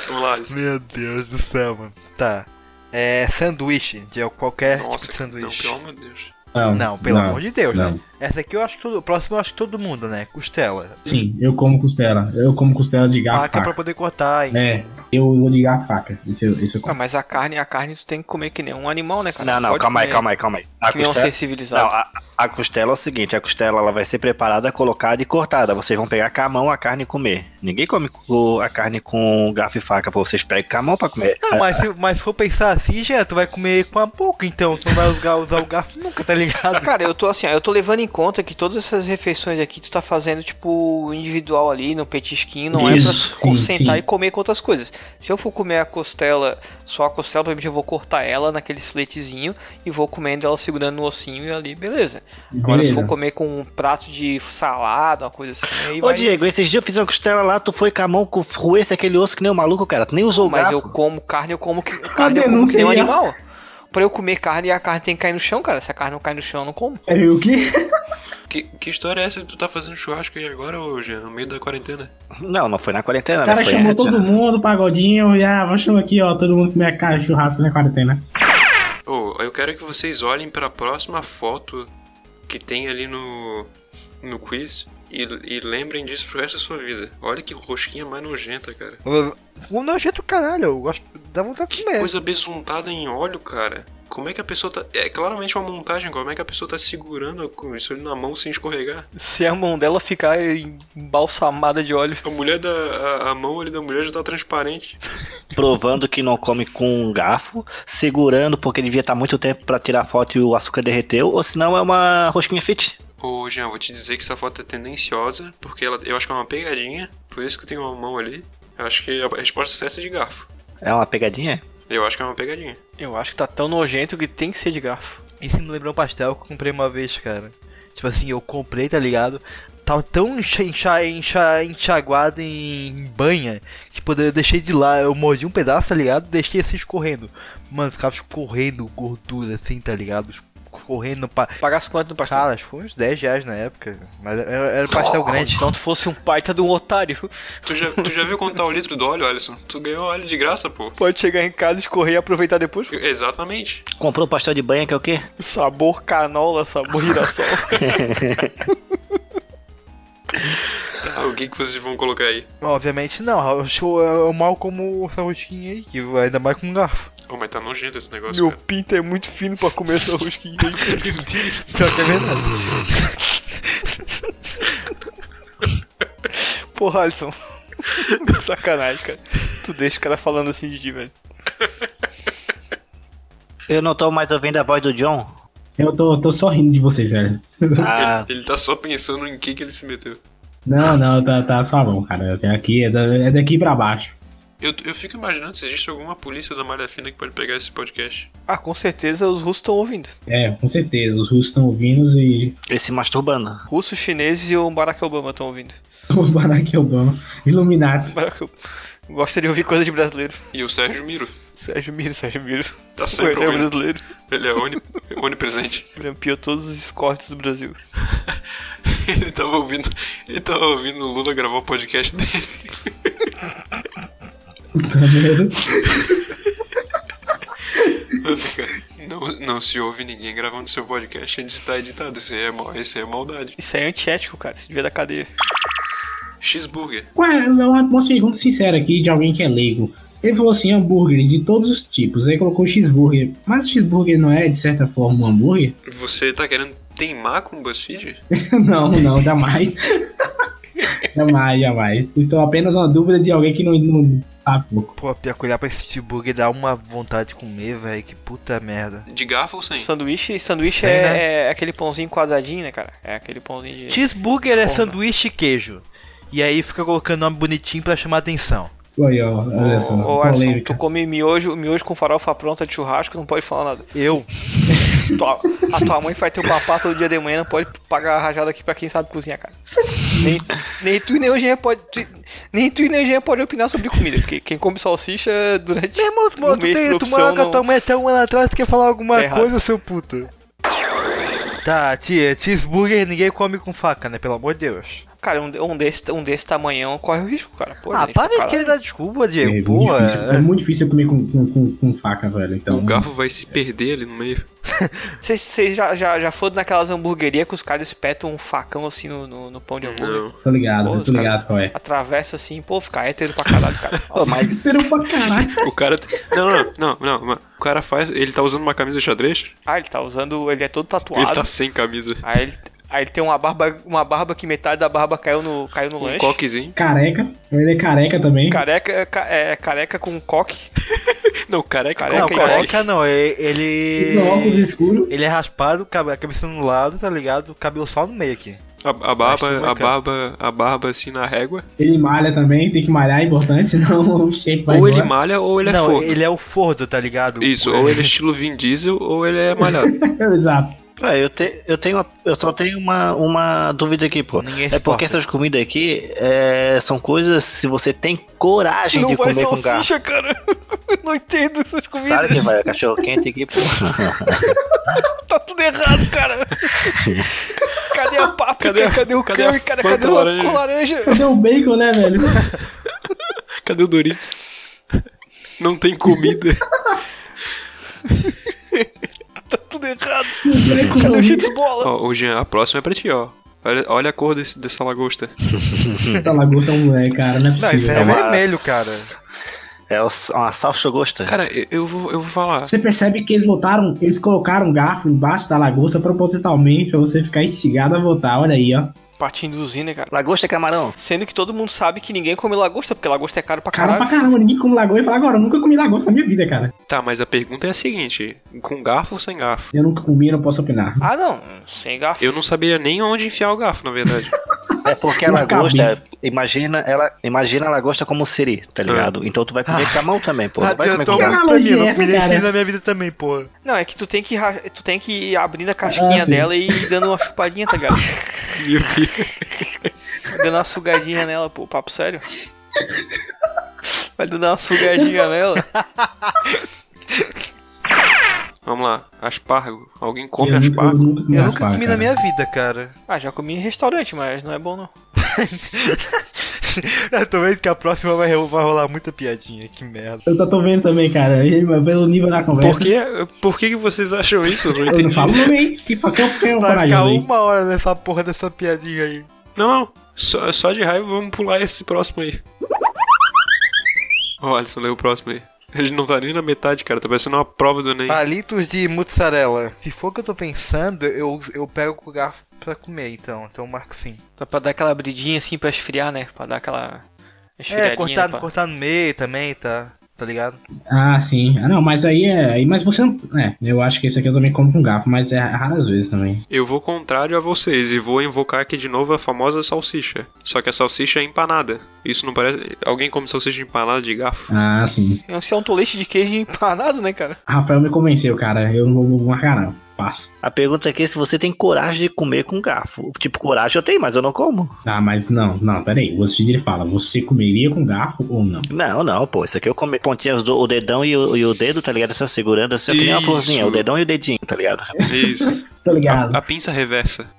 Vamos lá, Alice.
Meu Deus do céu, mano. Tá. É sanduíche, de qualquer
Nossa,
tipo de
cara, não,
sanduíche.
pelo amor de Deus.
Não, pelo amor de Deus,
não.
né? Essa aqui eu acho que todo. O próximo eu acho que todo mundo, né? Costela.
Sim, eu como costela. Eu como costela de garfo.
Faca é pra
Faca.
poder cortar, hein?
É, eu vou de garfo faca. Esse, eu- esse eu
Ah,
como.
mas a carne, a carne tu tem que comer que nem um animal, né, cara?
Não, Ah, não,
Pode
calma aí,
comer
calma aí, calma aí. Tá A
Que nem um
costela,
ser civilizado.
não, a, a costela é o seguinte, a costela ela vai ser preparada, colocada e cortada. Vocês vão pegar com a mão a carne e comer. Ninguém come co- a carne com garfo e faca, pô. Vocês pegam com a mão pra comer.
Não, mas se, mas se for pensar assim, já tu vai comer com a boca, então. Tu não vai usar, usar o garfo nunca, tá ligado?
Cara, eu tô assim, ó, eu tô levando em conta que todas essas refeições aqui tu tá fazendo, tipo, individual ali, no petisquinho, não é pra
Isso, sim,
sentar
sim.
e comer com outras coisas. Se eu for comer a costela, só a costela, provavelmente eu vou cortar ela naquele filetezinho e vou comendo ela segurando no ossinho e ali, beleza. Agora se
Beleza.
for comer com um prato de salada, uma coisa assim, aí
Ô,
vai...
Diego, esses dias eu fiz uma costela lá, tu foi com a mão, com- roesse aquele osso que nem um maluco, cara. Tu nem usou o
Mas eu
garfo.
como carne, eu como que, carne, eu como que
denúncia
nem um
aí, ó.
animal. Pra eu comer carne, a carne tem que cair no chão, cara. Se a carne não cair no chão, eu não como.
Peraí, o quê?
Que, que história é essa que tu tá fazendo churrasco aí agora, ô Jean? No meio da quarentena?
Não, não foi na quarentena,
O cara
né? Foi
chamou
antes,
todo
né?
mundo, pagodinho, e ah, vou chamar aqui, ó, todo mundo comer cara, churrasco na quarentena.
Ô, eu quero que vocês olhem pra próxima foto que tem ali no, no quiz e, e lembrem disso pro resto da sua vida. Olha que rosquinha mais nojenta, cara.
O nojento caralho, eu gosto. Dá vontade de comer.
Coisa besuntada em óleo, cara. Como é que a pessoa tá. É claramente uma montagem, como é que a pessoa tá segurando com isso ali na mão sem escorregar?
Se a mão dela ficar embalsamada de óleo,
A mulher da. A, a mão ali da mulher já tá transparente.
Provando que não come com um garfo, segurando porque ele devia estar muito tempo pra tirar foto e o açúcar derreteu, ou senão é uma rosquinha fit.
Ô, Jean, vou te dizer que essa foto é tendenciosa, porque ela, eu acho que é uma pegadinha, por isso que eu tenho uma mão ali. Eu acho que a resposta certa é de garfo.
É uma pegadinha?
Eu acho que é uma pegadinha.
Eu acho que tá tão nojento que tem que ser de garfo.
Isso me lembrou um pastel que eu comprei uma vez, cara. Tipo assim, eu comprei, tá ligado? Tava tão encha, encha, encha, enxaguado em, em banha que tipo, eu deixei de lá, eu mordi um pedaço, tá ligado? Deixei assim escorrendo. Mano, ficava escorrendo gordura assim, tá ligado? Escorrendo pra.
Pagasse quanto no pastel?
Cara, acho que foi uns 10 reais na época. Mas era, era um pastel grande.
Então tu fosse um baita de um otário.
Tu já, tu já viu quanto tá o litro do óleo, Alisson? Tu ganhou óleo de graça, pô.
Pode chegar em casa, escorrer e aproveitar depois.
Exatamente.
Comprou pastel de banha que é o quê?
Sabor canola, sabor girassol. Ah.
Tá, o que, que vocês vão colocar aí?
então, Obviamente não, eu, sou- eu mal como essa rosquinha aí, que ainda mais com um garfo.
Oh, mas tá nojento esse negócio,
Meu
cara.
pinto é muito fino pra comer essa rosquinha.
Pior que é verdade.
Porra, Alisson. Sacanagem, cara. Tu deixa o cara falando assim de ti, velho.
Eu não tô mais ouvindo a voz do John.
Eu tô, tô só rindo de vocês, velho.
Ah,
Ele tá só pensando em que que ele se meteu.
Não, não, tá, tá suavão, cara. Eu tenho aqui, é, da- é daqui pra baixo.
Eu, eu fico imaginando se existe alguma polícia da Malha Fina que pode pegar esse podcast.
Ah, com certeza os russos estão ouvindo.
É, com certeza. Os russos estão ouvindo e
ele se masturbando.
Russos, chineses e o Barack Obama estão ouvindo.
o Barack Obama, Illuminati.
Barack Obama. Gosta de ouvir coisa de brasileiro.
E o Sérgio Miro.
Sérgio Miro, Sérgio Miro.
Tá
Ele
sempre
é
ouvindo.
brasileiro.
Ele é oni- onipresente.
Grampeou todos os escortes do Brasil.
Ele tava ouvindo. Ele tava ouvindo o Lula gravar o podcast dele.
Puta merda.
Não, não se ouve ninguém gravando seu podcast antes de estar editado. Isso aí é, mal, isso aí é maldade.
Isso aí é antiético, cara. Isso devia dar cadeia.
Cheeseburger.
Ué, é, uma, uma pergunta sincera aqui de alguém que é leigo. Ele falou assim, hambúrgueres de todos os tipos. Aí colocou cheeseburger. Mas cheeseburger não é, de certa forma, um hambúrguer?
Você tá querendo teimar com o BuzzFeed?
não, não, dá mais. Jamais, jamais. Estou apenas uma dúvida de alguém que não, não sabe um pouco.
Pô, pior que olhar pra esse cheeseburger dá uma vontade de comer, velho. Que puta merda.
De garfo ou sem?
Sanduíche, sanduíche
Sei,
é,
né?
é aquele pãozinho quadradinho, né, cara? É aquele pãozinho de.
Cheeseburger é
Porra.
sanduíche e queijo. E aí fica colocando nome bonitinho pra chamar atenção.
Aí, ó,
Tipo
olha só.
né?
Ô, Arson, tu
polêmica.
come miojo, miojo com farofa pronta de churrasco, não pode falar nada.
Eu?
Tua- a tua mãe faz teu papá todo dia de manhã, não pode pagar a rajada aqui pra quem sabe cozinhar, cara. Nem, nem tu e nem o Jean pode. tu- nem tu e nem o Jean pode opinar sobre comida, porque quem come salsicha durante.
Meu irmão, tu, mora-
um
tu,
mês
tem,
por
tu
opção,
mora com a
não-
tua mãe até um ano atrás e quer falar alguma
Tá errado.
coisa, seu puto. Tá, tia, cheeseburger ninguém come com faca, né? Pelo amor de Deus.
Cara, um, de- um desse, um desse tamanhão corre o risco, cara. Pô,
ah,
gente,
para de
cara,
querer dar desculpa,
É
Diego.
muito,
Boa.
difícil, é muito difícil eu comer com, com, com, com faca, velho. Então,
O garfo vai se perder ali no meio.
Vocês- Vocês já, já, já foram naquelas hamburguerias que os caras espetam um facão assim no, no, no pão de hambúrguer?
Não.
tô ligado,
Pô, os
tô ligado qual é.
Atravessa assim, pô, fica hétero pra caralho, cara. Nossa,
mas
Teram pra caralho.
O cara. Não, não, não, não, não. O cara faz. Ele tá usando uma camisa xadrez?
Ah, ele tá usando. Ele é todo
Ele
tatuado.
tá sem camisa.
Aí ele, aí ele tem uma barba, uma barba que metade da barba caiu no, caiu no
Um
lanche.
coquezinho.
Careca. Ele é careca também.
Careca, ca- é, careca com coque.
Não, é careca,
Careca
É,
careca,
e
Não,
careca.
coloca não, e- ele.
Usa óculos escuros.
Ele é raspado, cabe- a cabeça no lado, tá ligado? O cabelo só no meio aqui.
A, a
Acho
barba, a
bacana.
barba, a barba assim na régua.
Ele malha também, tem que malhar, é importante, senão o shape vai
ou
embora.
ele malha ou ele é
não,
forno.
ele é o Fordo, tá ligado?
Isso, ou ele é estilo Vin Diesel ou ele é malhado.
Exato.
Ué, É, eu, te, eu, tenho uma- eu só tenho uma, uma dúvida aqui, pô.
Ninguém se
É porque
importa.
essas comidas aqui é, são coisas se você tem coragem assim de comer com garfo.
cara. Não entendo essas comidas.
Claro que vai, cachorro quente aqui, pô.
Tá tudo errado, cara. Cadê a páprica?
Cadê
Cadê,
a-
o
cadê a
curry? Cara,
Fanta
cadê o
laranja?
com laranja?
Cadê o bacon, né, velho?
Cadê o Doritos? Não tem comida.
Tá tudo errado.
Cadê o
Cadê o
Covid?
cheats bola?
ó, ô Jean, a próxima é pra ti, ó. Olha, olha a cor desse, dessa lagosta.
Tá lagosta é um moleque, cara, não é
Não, isso
possível.
é,
uma-
vermelho, cara.
É o- uma salsa gosta.
Cara, eu, eu vou, eu vou falar.
Você percebe que eles botaram, eles colocaram um garfo embaixo da lagosta propositalmente pra você ficar instigado a votar, olha aí, ó.
Partindo do Zine, cara.
Lagosta é camarão.
Sendo que todo mundo sabe que ninguém come lagosta, porque lagosta é caro pra
Cara pra
caralho.
caramba, ninguém come lagosta e fala, agora, eu nunca comi lagosta na minha vida, cara.
Tá, mas a pergunta é a seguinte: com garfo ou sem garfo?
Eu nunca comi, eu não posso opinar.
Ah, não. Sem garfo.
Eu não sabia nem onde enfiar o garfo, na verdade.
É porque a
Na
lagosta,
cabeça.
imagina, ela, imagina a lagosta como siri, tá ligado? Então tu vai comer
Ah.
com a mão também, pô. Não vai comer com
Adiantou
garfo.
garfo.
muito
Que
pra
analogia
mim, Ah, eu
é
não
essa,
comi assim
cara?
na minha vida também, pô.
Não, é que tu tem que, ra- tu tem que ir abrindo a casquinha
Ah, sim.
dela e ir dando uma chupadinha, tá ligado?
Meu Deus.
dando uma sugadinha nela, pô, papo sério. Vai dando uma sugadinha nela.
Vamos lá, aspargo. Alguém come
eu, nunca, eu
aspargo?
nunca comi
Eu nunca
aspargo,
comi na
cara.
minha vida, cara.
Ah, já comi em restaurante, mas não é bom não.
Eu tô vendo que a próxima vai, vai rolar muita piadinha, que merda.
Eu só tô vendo também, cara, e, mas pelo nível da conversa.
Por que, por que que vocês acham isso? Eu não
Eu não
entendi.
falo também, que facão que é um
Vai ficar
corajoso aí.
uma hora nessa porra dessa piadinha aí.
Não, não. Só, só de raiva vamos pular esse próximo aí. Ó, Alisson, lê o próximo aí. Ele não tá nem na metade, cara. Tá parecendo uma prova do Enem.
Palitos de mozzarella. Se for o que eu tô pensando, eu, eu pego com o garfo pra comer, então. Então eu marco sim.
Dá pra dar aquela abridinha assim pra esfriar, né? Pra dar aquela esfriadinha. né,
É, cortar,
pra...
cortar no meio também, tá? Tá ligado?
Ah, sim. Ah, não, mas aí é. aí- Mas você não. É, eu acho que esse aqui eu também como com garfo, mas é raras vezes também.
Eu vou contrário a vocês e vou invocar aqui de novo a famosa salsicha. Só que a salsicha é empanada. Isso não parece. Alguém come salsicha empanada de garfo?
Ah, sim.
É um se é um tolete de queijo empanado, né, cara?
Rafael me convenceu, cara. Eu não vou marcar, não. Passo.
A pergunta aqui é se você tem coragem de comer com garfo. Tipo, coragem eu tenho, mas eu não como.
Ah, mas não, não, peraí. Você ele fala, você comeria com garfo ou não?
Não, não, pô. Isso aqui eu comi pontinhas do o dedão e o, e o dedo, tá ligado? Assim, ó, segurando assim, ó, que nem uma
Isso.
florzinha, o dedão e o dedinho, tá ligado?
É Isso.
Tô tá ligado.
A, a pinça reversa.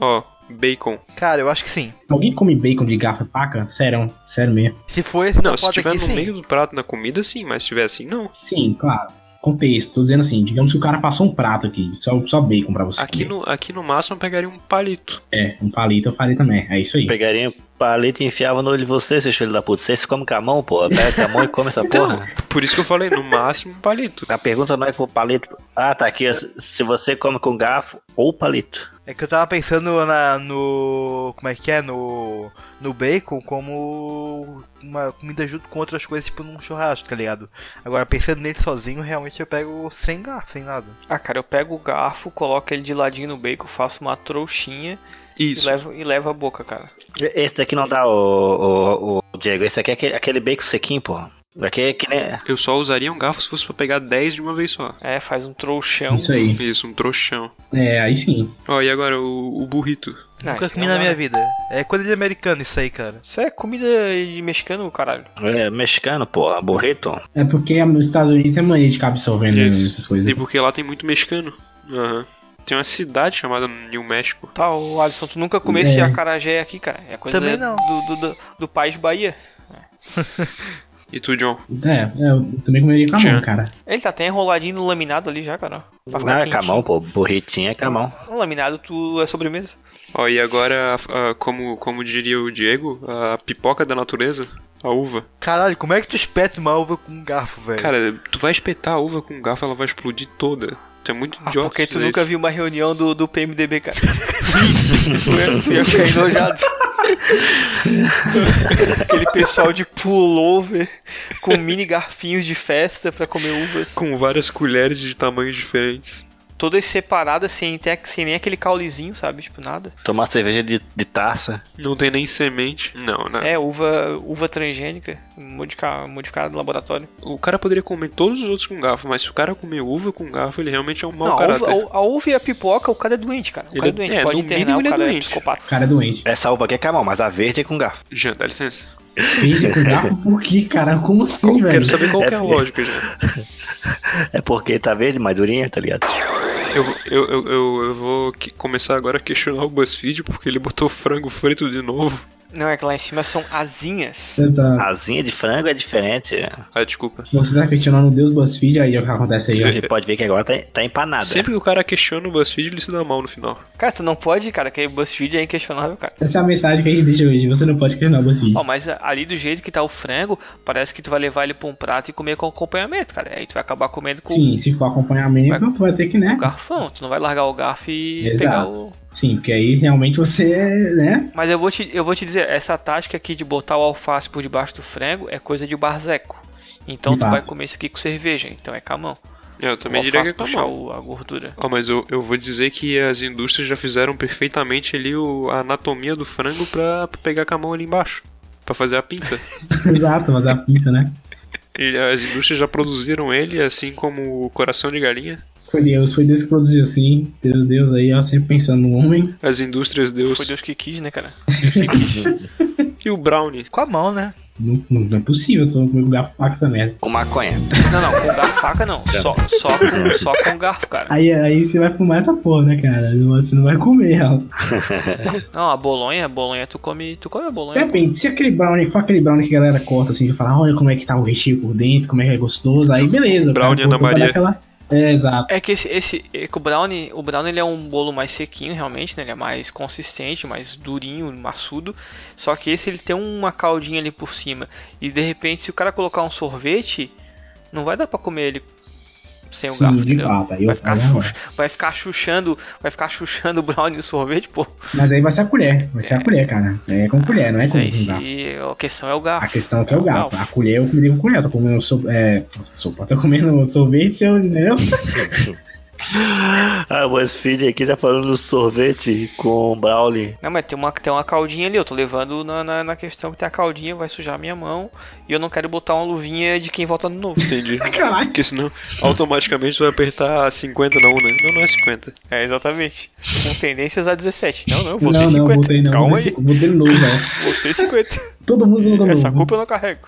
Ó, bacon.
Cara, eu acho que sim.
Alguém come bacon de garfo e faca? Sério, sério mesmo.
Se for esse
Não,
da
se
foto
tiver
aqui,
no
sim.
meio do prato na comida, sim, mas se tiver assim, não.
Sim, claro. Contexto, tô dizendo assim, digamos que o cara passou um prato aqui, só, só bacon pra você.
Aqui
comer.
no, aqui no máximo eu pegaria um palito.
É, um palito eu falei também. É isso aí.
Pegaria um palito e enfiava no olho de vocês, seus filhos da puta. Vocês comem com a mão, pô. Pega com a mão e come essa
Então,
porra.
Por isso que eu falei, no máximo um palito.
A pergunta não é com o palito. Ah, tá aqui. ó, Se você come com garfo ou palito.
É que eu tava pensando na, no. Como é que é? No. No bacon como uma comida junto com outras coisas, tipo num churrasco, tá ligado? Agora, pensando nele sozinho, realmente eu pego sem garfo, sem nada.
Ah, cara, eu pego o garfo, coloco ele de ladinho no bacon, faço uma trouxinha e
Isso.
levo, e levo a boca, cara.
Esse daqui não dá, o, o, Diego. Esse aqui é aquele, aquele bacon sequinho, porra. Aqui é que nem.
Eu só usaria um garfo se fosse pra pegar 10 de uma vez só.
É, faz um trouxão.
Isso aí.
Isso, um trouxão.
É, aí sim.
Ó, e agora o, o burrito.
Não, Ah,
Nunca
isso
comi
não dá.
na
né?
minha vida. É coisa de americano isso aí, cara.
Isso é comida de mexicano, caralho.
É, mexicano, porra. Burrito.
É porque nos Estados Unidos é mania de ficar absorvendo
Isso. Tipo,
essas coisas.
E porque lá tem muito mexicano. Aham. Tem uma cidade chamada New México.
Tá, ô Alisson, tu nunca comeu esse
É.
acarajé aqui, cara. É coisa
Também não.
Do, do, do, do País Bahia.
E tu, John?
É, eu também comeria com a
Tchan.
mão, cara.
Ele tá até enroladinho no laminado ali já, cara. ó, pra
Não,
ficar
é
quentinho.
camão, pô. Burritinho é camão.
No laminado tu é sobremesa.
Ó, e agora, a- a- como, como diria o Diego, a pipoca da natureza, a uva.
Caralho, como é que tu espeta uma uva com um garfo, velho?
Cara, tu vai espetar a uva com um garfo, ela vai explodir toda. Tu é muito
Ah,
idiota.
porque
de
tu
fazer
nunca
isso.
viu uma reunião do, do PMDB, cara. tu, ia, tu ia ficar enojado. Aquele pessoal de pullover com mini garfinhos de festa pra comer uvas.
Com várias colheres de tamanhos diferentes.
Todas separadas, assim, sem, ter- sem nem aquele caulezinho, sabe? Tipo, nada.
Tomar cerveja de, de taça.
Não tem nem semente. Não, não.
É, uva, uva transgênica, modifica- modificada no laboratório.
O cara poderia comer todos os outros com garfo, mas se o cara comer uva com garfo, ele realmente é um mau
Não, a
caráter.
uva, a uva e a pipoca, o cara é doente, cara. O
Ele
cara é
é-
doente,
é,
pode
no
internar,
mínimo ele
o
é
cara é,
doente.
O
psicopata.
cara é doente.
Essa uva aqui é camão, mas a verde é com garfo.
Jean, dá licença.
Pizza com garfo por quê, cara? Como assim,
Qual-
velho?
quero saber qual que é a
É-
lógica, Jean.
É porque tá verde, mais durinha, tá ligado?
Eu, vou- eu, eu, eu, eu vou que- começar agora a questionar o BuzzFeed porque ele botou frango frito de novo.
Não, é que lá em cima são asinhas.
Exato.
Asinha de frango é diferente.
Ah, desculpa.
Você tá questionando o Deus BuzzFeed, aí é o que acontece aí, ó.
E pode ver que agora tá, tá
Ah,
empanada.
Sempre que o cara questiona o BuzzFeed, ele se dá mal no final.
Cara, tu não pode, cara, que BuzzFeed é inquestionável, cara.
Essa é a mensagem que a gente deixa hoje. Você não pode questionar o BuzzFeed.
Ó, mas a- ali do jeito que tá o frango, parece que tu vai levar ele pra um prato e comer com acompanhamento, cara. Aí tu vai acabar comendo com
Sim, se for acompanhamento, tu vai ter que,
o
né?
garfão. Tu não vai largar o garfo e pegar o...
Exato. Sim, porque aí realmente você, né?
Mas eu vou, te, eu vou te dizer, essa tática aqui de botar o alface por debaixo do frango é coisa de barzeco. Então
De
tu vai
fato.
comer isso aqui com cerveja, então é camão.
Eu também
o
diria que
alface
é
puxar
mal.
o- a gordura.
Ó, mas eu, eu vou dizer que as indústrias já fizeram perfeitamente ali o, a anatomia do frango pra, pra pegar com a mão ali embaixo. Pra fazer a pinça.
Exato, mas a pinça, né?
E as indústrias já produziram ele, assim como o coração de galinha.
Foi Deus, foi Deus que produziu assim. Deus, Deus aí, ó, sempre pensando no homem.
As indústrias Deus.
Foi Deus que quis, né, cara?
E o brownie.
Com a mão, né?
Não, não, não é possível, tu vai comer com garfo faca essa merda.
Com maconha.
Não, não, com garfo faca não. Só, só, com, só com garfo, cara.
Aí, aí você vai fumar essa porra, né, cara? Você não vai comer, ó.
Não, a bolonha, a bolonha tu come. Tu come a bolonha?
Depende, se aquele brownie, for aquele brownie que a galera corta assim, que fala, olha como é que tá o recheio por dentro, como é que é gostoso, aí beleza. o cara
Brownie Ana
cortou pra
Maria.
dar aquela- É, exato.
É que esse, esse é que o brownie, o brownie ele é um bolo mais sequinho realmente, né? Ele é mais consistente, mais durinho, maçudo. Só que esse ele tem uma caldinha ali por cima e de repente se o cara colocar um sorvete, não vai dar pra comer ele sem o
Sim,
um garfo,
de
entendeu?
fato. Aí eu,
Vai ficar,
aí não é.
xuxa, vai ficar chuchando, vai ficar chuchando o brownie e o sorvete, pô.
Mas aí vai ser a colher, vai ser a colher, cara. É com colher, não é
Mas
com
aí
com
se
garfo.
a questão é o garfo.
A questão é que é o garfo.
Não.
A colher eu comi com colher, eu tô comendo so... é, sopa, tô comendo sorvete, eu, entendeu?
Ah, o BuzzFeed aqui tá falando do sorvete com brownie.
Não, mas tem uma, tem uma caldinha ali, eu tô levando na, na, na questão que tem a caldinha, vai sujar a minha mão e eu não quero botar uma luvinha de quem volta no novo.
Entendi.
Caralho.
Porque senão automaticamente tu vai apertar 50 na 1, né? Não, não é 50.
É, exatamente. Com tendências a 17. Não, não, eu
Não,
botei
não,
50.
botei não. Tá
Calma
Botei,
aí,
botei novo, velho.
botei 50.
Todo mundo botou
Essa
novo.
culpa eu não carrego.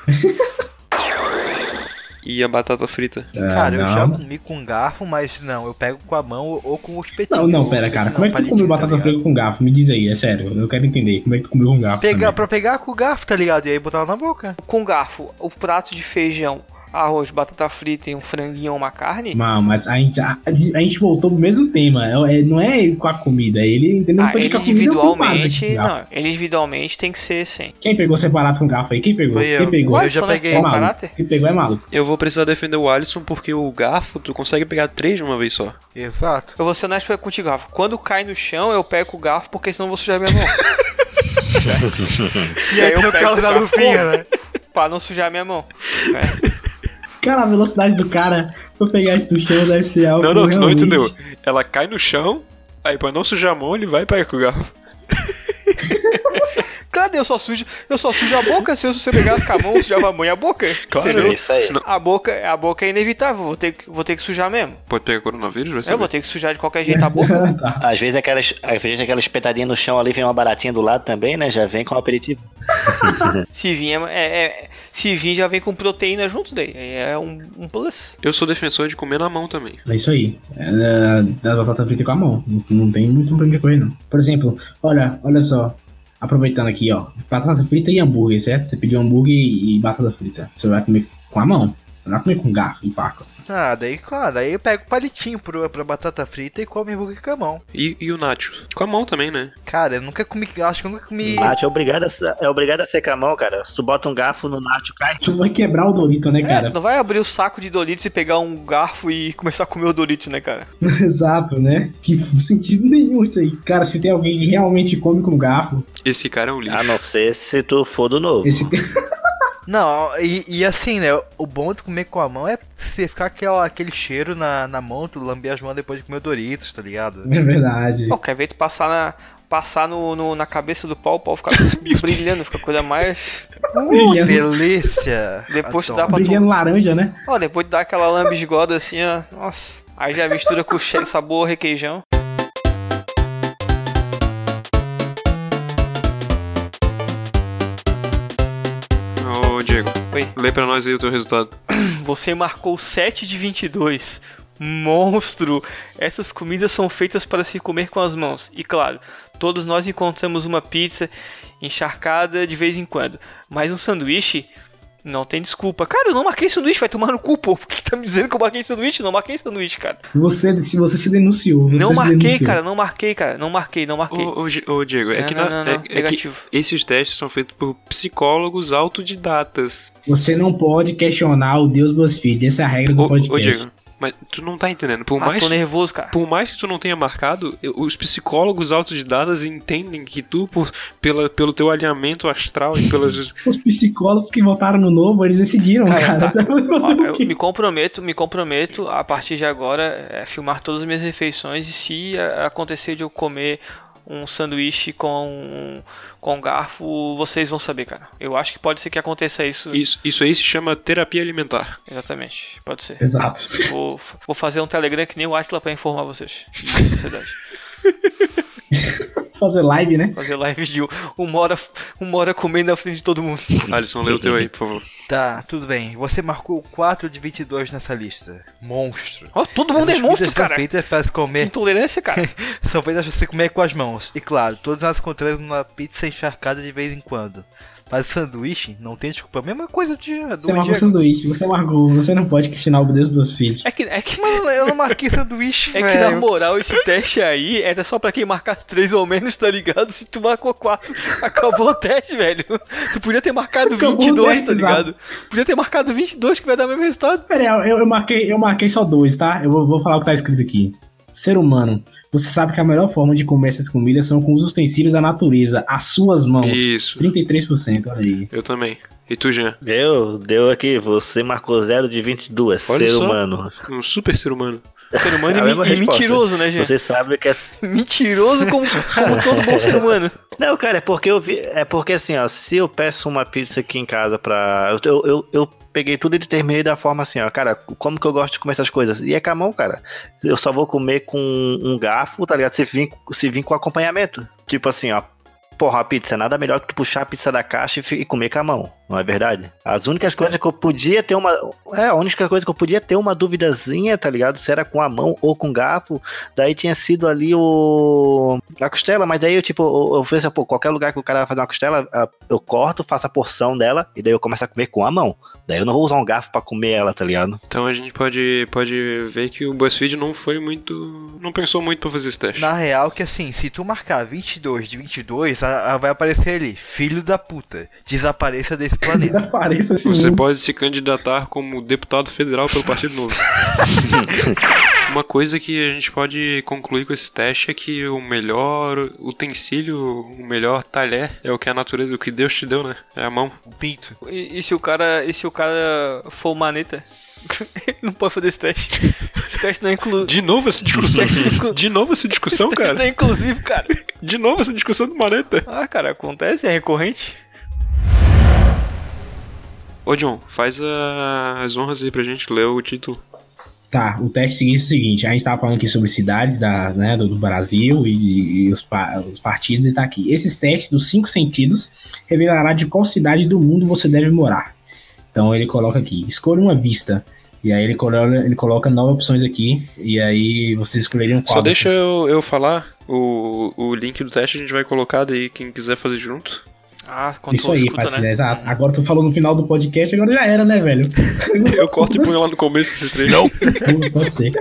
E a batata frita.
Ah,
Cara, eu
não.
já comi com garfo, mas não, eu pego com a mão ou, ou com o espetinho.
Não, não, pera, cara. Como é que tu
tá
comeu batata frita com garfo? Me diz aí, é sério. Eu quero entender. Como é que tu comeu com garfo?
Pegar,
também?
pra pegar com o garfo, tá ligado? E aí botar na boca.
Com garfo, o prato de feijão arroz, batata frita e um franguinho ou uma carne.
Mano, mas a gente, a, a gente voltou pro mesmo tema. É- é- não é com a comida. Ele entendeu
Ah,
foi
ele
com a comida ou com o básico.
individualmente. Não, ele individualmente tem que ser sem.
Quem pegou separado com garfo aí? Quem pegou?
Foi eu.
Quem pegou?
Ué, eu já
só não é
peguei.
É
bom
maluco.
caráter?
Quem pegou é maluco.
Eu vou precisar defender o Alisson porque o garfo tu consegue pegar três de uma vez só.
Exato.
Eu vou ser honesto contigo, Rafa. Quando cai no chão, eu pego o garfo, porque senão eu vou sujar minha mão.
E aí,
eu
no
pego
caso da
pra
luvinha, né?
pra não sujar minha mão. né?
Cara, a velocidade do cara pra pegar isso do chão deve ser algo.
Não, não, tu não
realmente-
entendeu. Ela cai no chão, aí pra não sujar a mão, ele vai pegar com o garfo.
Cadê? Eu só sujo, eu só sujo a boca se eu se eu pegasse com a mão, eu sujava a mão e a boca.
É isso aí.
Senão-
A boca, a boca é inevitável, vou ter, que- vou ter que sujar mesmo.
Pode pegar coronavírus, vai
Eu vou
saber.
ter que sujar de qualquer jeito a boca.
Tá.
Às vezes, aquelas, às vezes aquela espetadinha no chão ali vem uma baratinha do lado também, né? Já vem com um aperitivo.
Se vir, é- é- é- se vir já vem com proteína junto daí. aí É um, um plus.
Eu sou defensor de comer na mão também.
É isso aí. É, da batata frita com a mão. Não, não tem muito pra onde correr, não. Por exemplo, olha, olha só. Aproveitando aqui, ó. Batata frita e hambúrguer, certo? Você pediu hambúrguer e, e batata frita. Você vai comer com a mão. Você não vai comer com garfo e faca.
Ah, daí, claro, aí eu pego o palitinho pro, pra batata frita e come hambúrguer com a mão.
E, e o Nacho? Com a mão também, né?
Cara, eu nunca comi, eu acho que eu nunca comi...
Nath é obrigado, a, se- é obrigado a secar a mão, cara. Se tu bota um garfo no Nath, cai.
Tu vai quebrar o Dorito, né,
É,
cara?
não vai abrir o saco de Doritos e pegar um garfo e começar a comer o Doritos, né, cara?
Exato, né? Que sentido nenhum isso aí. Cara, se tem alguém que realmente come com garfo,
Esse cara é um lixo.
Ah.
A não ser se tu for do novo.
esse
Não, e, e assim, né, o bom de comer com a mão é você ficar aquela, aquele cheiro na, na mão, tu lamber as mãos depois de comer o Doritos, tá ligado?
é verdade.
Pô, quer ver tu passar na, passar no, no- na cabeça do pau, o pau fica brilhando, fica a coisa mais.
é.
Uh, delícia!
Depois tu
Adoro.
dá pra tu
Brilhando laranja, né?
Ó, depois de dar aquela lambisgoda assim, ó. Nossa. Aí já mistura com che- sabor requeijão.
Ô, Diego.
Oi.
Lê pra nós aí o teu resultado.
Você marcou 7 de 22. Monstro! Essas comidas são feitas para se comer com as mãos. E claro, todos nós encontramos uma pizza encharcada de vez em quando. Mas um sanduíche não tem desculpa. Cara, eu não marquei sanduíche, vai tomar no cu, pô. Por que tá me dizendo que eu marquei sanduíche? Não marquei sanduíche, cara.
Você, se você se denunciou. Você
Não
se
marquei,
denunciou.
cara, não marquei, cara. Não marquei, não
Ô,
marquei.
ô, Gi- ô, Diego, é
Não,
que
não,
na-
não,
é-
não.
é que
Negativo.
esses testes são feitos por psicólogos autodidatas.
Você não pode questionar o Deus BuzzFeed. Essa é a regra do
Ô, ô,
podcast.
Diego, mas tu não tá entendendo. Por
Ah,
mais
tô nervoso, cara.
Por mais que tu não tenha marcado, eu- os psicólogos autodidatas entendem que tu, por, pela, pelo teu alinhamento astral e pelas.
Os psicólogos que votaram no novo, eles decidiram,
Cara,
cara.
tá.
Você vai fazer
Ó,
o
eu
quê?
me comprometo, me comprometo a partir de agora é, filmar todas as minhas refeições e se é, acontecer de eu comer um sanduíche com com garfo, vocês vão saber, cara. Eu acho que pode ser que aconteça isso.
Isso, isso aí se chama terapia alimentar.
Exatamente, pode ser.
Exato.
Vou, vou fazer um Telegram que nem o Atila pra informar vocês. da Sociedade.
Fazer live, né?
Fazer live de uma hora, uma hora comendo na frente de todo mundo.
Alisson, lê o teu aí, por favor.
Tá, tudo bem. Você marcou 4 de 22 nessa lista. Monstro.
Ó, todo mundo é
Essas
monstro,
comidas são
cara.
feitas pra se comer
Intolerância, cara.
São feitas pra você comer com as mãos. E claro, todas nós encontramos uma pizza encharcada de vez em quando. Mas sanduíche não tem desculpa. A mesma coisa de do
Você marcou
dia-
sanduíche, você marcou. Você não pode questionar o Deus BuzzFeed.
É que, é que
Mano, eu não marquei sanduíche,
É que na
velho.
moral, esse teste aí era só pra quem marcasse três ou menos, tá ligado? Se tu marcou quatro, acabou o teste, velho. Tu podia ter marcado
Acabou o
22,
teste,
tá ligado? Podia ter marcado 22 que vai dar o mesmo resultado.
Pera aí, eu, eu marquei, eu marquei só dois, tá? Eu vou, vou falar o que tá escrito aqui. Ser humano, você sabe que a melhor forma de comer essas comidas são com os utensílios da natureza, as suas mãos.
Isso.
33%, olha aí.
Eu também. E tu, Jean?
Deu, deu aqui. Você marcou 0 de 22,
Olha
ser
só.
humano.
Um super ser humano.
Ser humano
É a
e,
mesma
mi- e
resposta.
mentiroso, né, gente?
Você sabe que é
Mentiroso como, como todo bom ser humano.
Não, cara, é porque eu vi. É porque assim, ó, se eu peço uma pizza aqui em casa pra. Eu, eu, eu, eu peguei tudo e determinei da forma assim, ó, cara, como que eu gosto de comer essas coisas? E é com a mão, cara. Eu só vou comer com um garfo, tá ligado? Se vir, se vir com acompanhamento. Tipo assim, ó. Porra, a pizza, nada melhor que tu puxar a pizza da caixa e, fi- e comer com a mão. Não é verdade? As únicas coisas que eu podia ter uma. É, a única coisa que eu podia ter uma duvidazinha, tá ligado? Se era com a mão ou com garfo. Daí tinha sido ali o. A costela, mas daí eu, tipo, eu, eu pensei, pô, qualquer lugar que o cara vai fazer uma costela, a- eu corto, faço a porção dela e daí eu começo a comer com a mão. Daí eu não vou usar um garfo pra comer ela, tá ligado?
Então a gente pode, pode ver que o BuzzFeed não foi muito. Não pensou muito pra fazer esse teste.
Na real, que assim, se tu marcar 22 de 22, a, a- vai aparecer ali, filho da puta, desapareça desse planeta.
Desapareça assim.
Você pode se candidatar como deputado federal pelo Partido Novo. Uma coisa que a gente pode concluir com esse teste é que o melhor utensílio, o melhor talher é o que a natureza, o que Deus te deu, né? É a mão.
Um pinto.
E, e se o cara. E se o cara for maneta? não pode fazer esse teste. Esse teste não é inclu...
De novo essa discussão. De novo essa discussão,
é esse teste não
cara.
é inclusivo, cara.
De novo essa discussão do maneta.
Ah, cara, acontece, é recorrente.
Ô John, faz a- as honras aí pra gente ler o título.
Tá, o teste seguinte é o seguinte: a gente tava falando aqui sobre cidades da, né, do, do Brasil e, e os, pa- os partidos, e tá aqui. Esses testes dos cinco sentidos revelará de qual cidade do mundo você deve morar. Então ele coloca aqui: escolha uma vista. E aí ele coloca, ele coloca nove opções aqui. E aí vocês escolheriam qual.
Só deixa
dessas.
eu, eu falar o, o link do teste, a gente vai colocar daí quem quiser fazer junto.
Ah, quando
Isso
tu
aí,
escuta,
parceiro.
né?
Exato. Agora tu falou no final do podcast, agora já era, né, velho?
Eu corto e ponho lá no começo desse trecho.
Pô, Pode ser.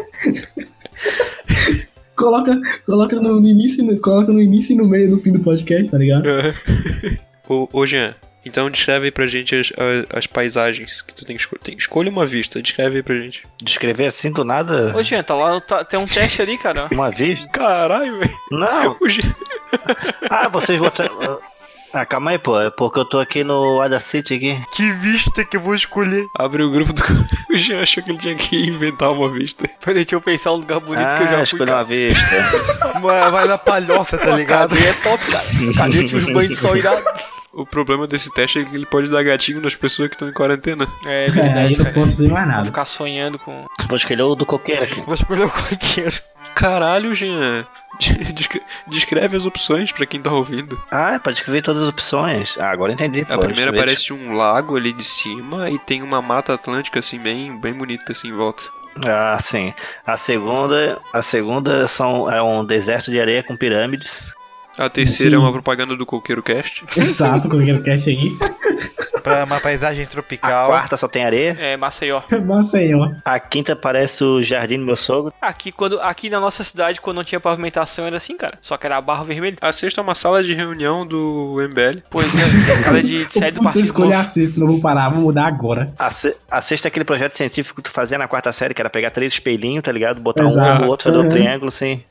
coloca coloca no, no início, e no- coloca no início e no meio do fim do podcast, tá ligado?
Uhum. Ô, ô Jean, então descreve aí pra gente as, a- as paisagens que tu tem que escolher. Tem- Escolha uma vista, descreve aí pra gente.
Descrever assim do nada.
Ô, Jean, tá lá, tá- tem um teste ali, cara.
Uma vez?
Caralho, velho.
Não,
O Jean-
Ah, vocês botaram. Ah, calma aí, pô. É porque eu tô aqui no Adacity aqui.
Que vista que eu vou escolher?
Abre o grupo do. O Jean achou que ele tinha que inventar uma vista.
Peraí, deixa eu pensar um lugar bonito
ah,
que eu já fui.
escolhi
Cara.
uma vista.
Vai vai na palhoça, tá ligado?
Cadeia é top, cara. Cadeia tinha uns banhos de sol irado.
O problema desse teste é que ele pode dar gatinho nas pessoas que estão em quarentena.
É
É, aí
verdade,
eu não
cara.
posso dizer mais
Vou
nada.
ficar sonhando com.
Vou escolher o do coqueiro aqui.
Vou escolher o coqueiro.
Caralho, Jean. Descre- Descreve as opções pra quem tá ouvindo.
Ah, é pra descrever todas as opções. Ah, agora eu
É,
entendi.
A
pô.
primeira
Deixa eu ver.
parece um lago ali de cima e tem uma mata atlântica assim bem, bem bonita assim em volta.
Ah, sim. A segunda, a segunda são, é um deserto de areia com pirâmides.
A terceira é
Sim.
uma propaganda do Coqueiro Cast.
Exato, coloquei o cast aí.
Pra uma paisagem
A
tropical.
quarta só tem areia.
É, Maceió.
Nossa aí, ó.
A quinta parece o jardim do meu sogro.
Aqui, quando, aqui na nossa cidade, quando não tinha pavimentação, era assim, cara. Só que era barro vermelho.
A sexta é uma sala de reunião do MBL.
Pois é, cara de, de sede do
Putz, eu
Partido
escolhi
Novo.
a sexta, não vou parar, vou mudar agora.
A, se- a sexta é aquele projeto científico que tu fazia na quarta série, que era pegar três espelhinhos, tá ligado? Botar um
Exato.
no outro, fazer um
Uhum.
triângulo, assim.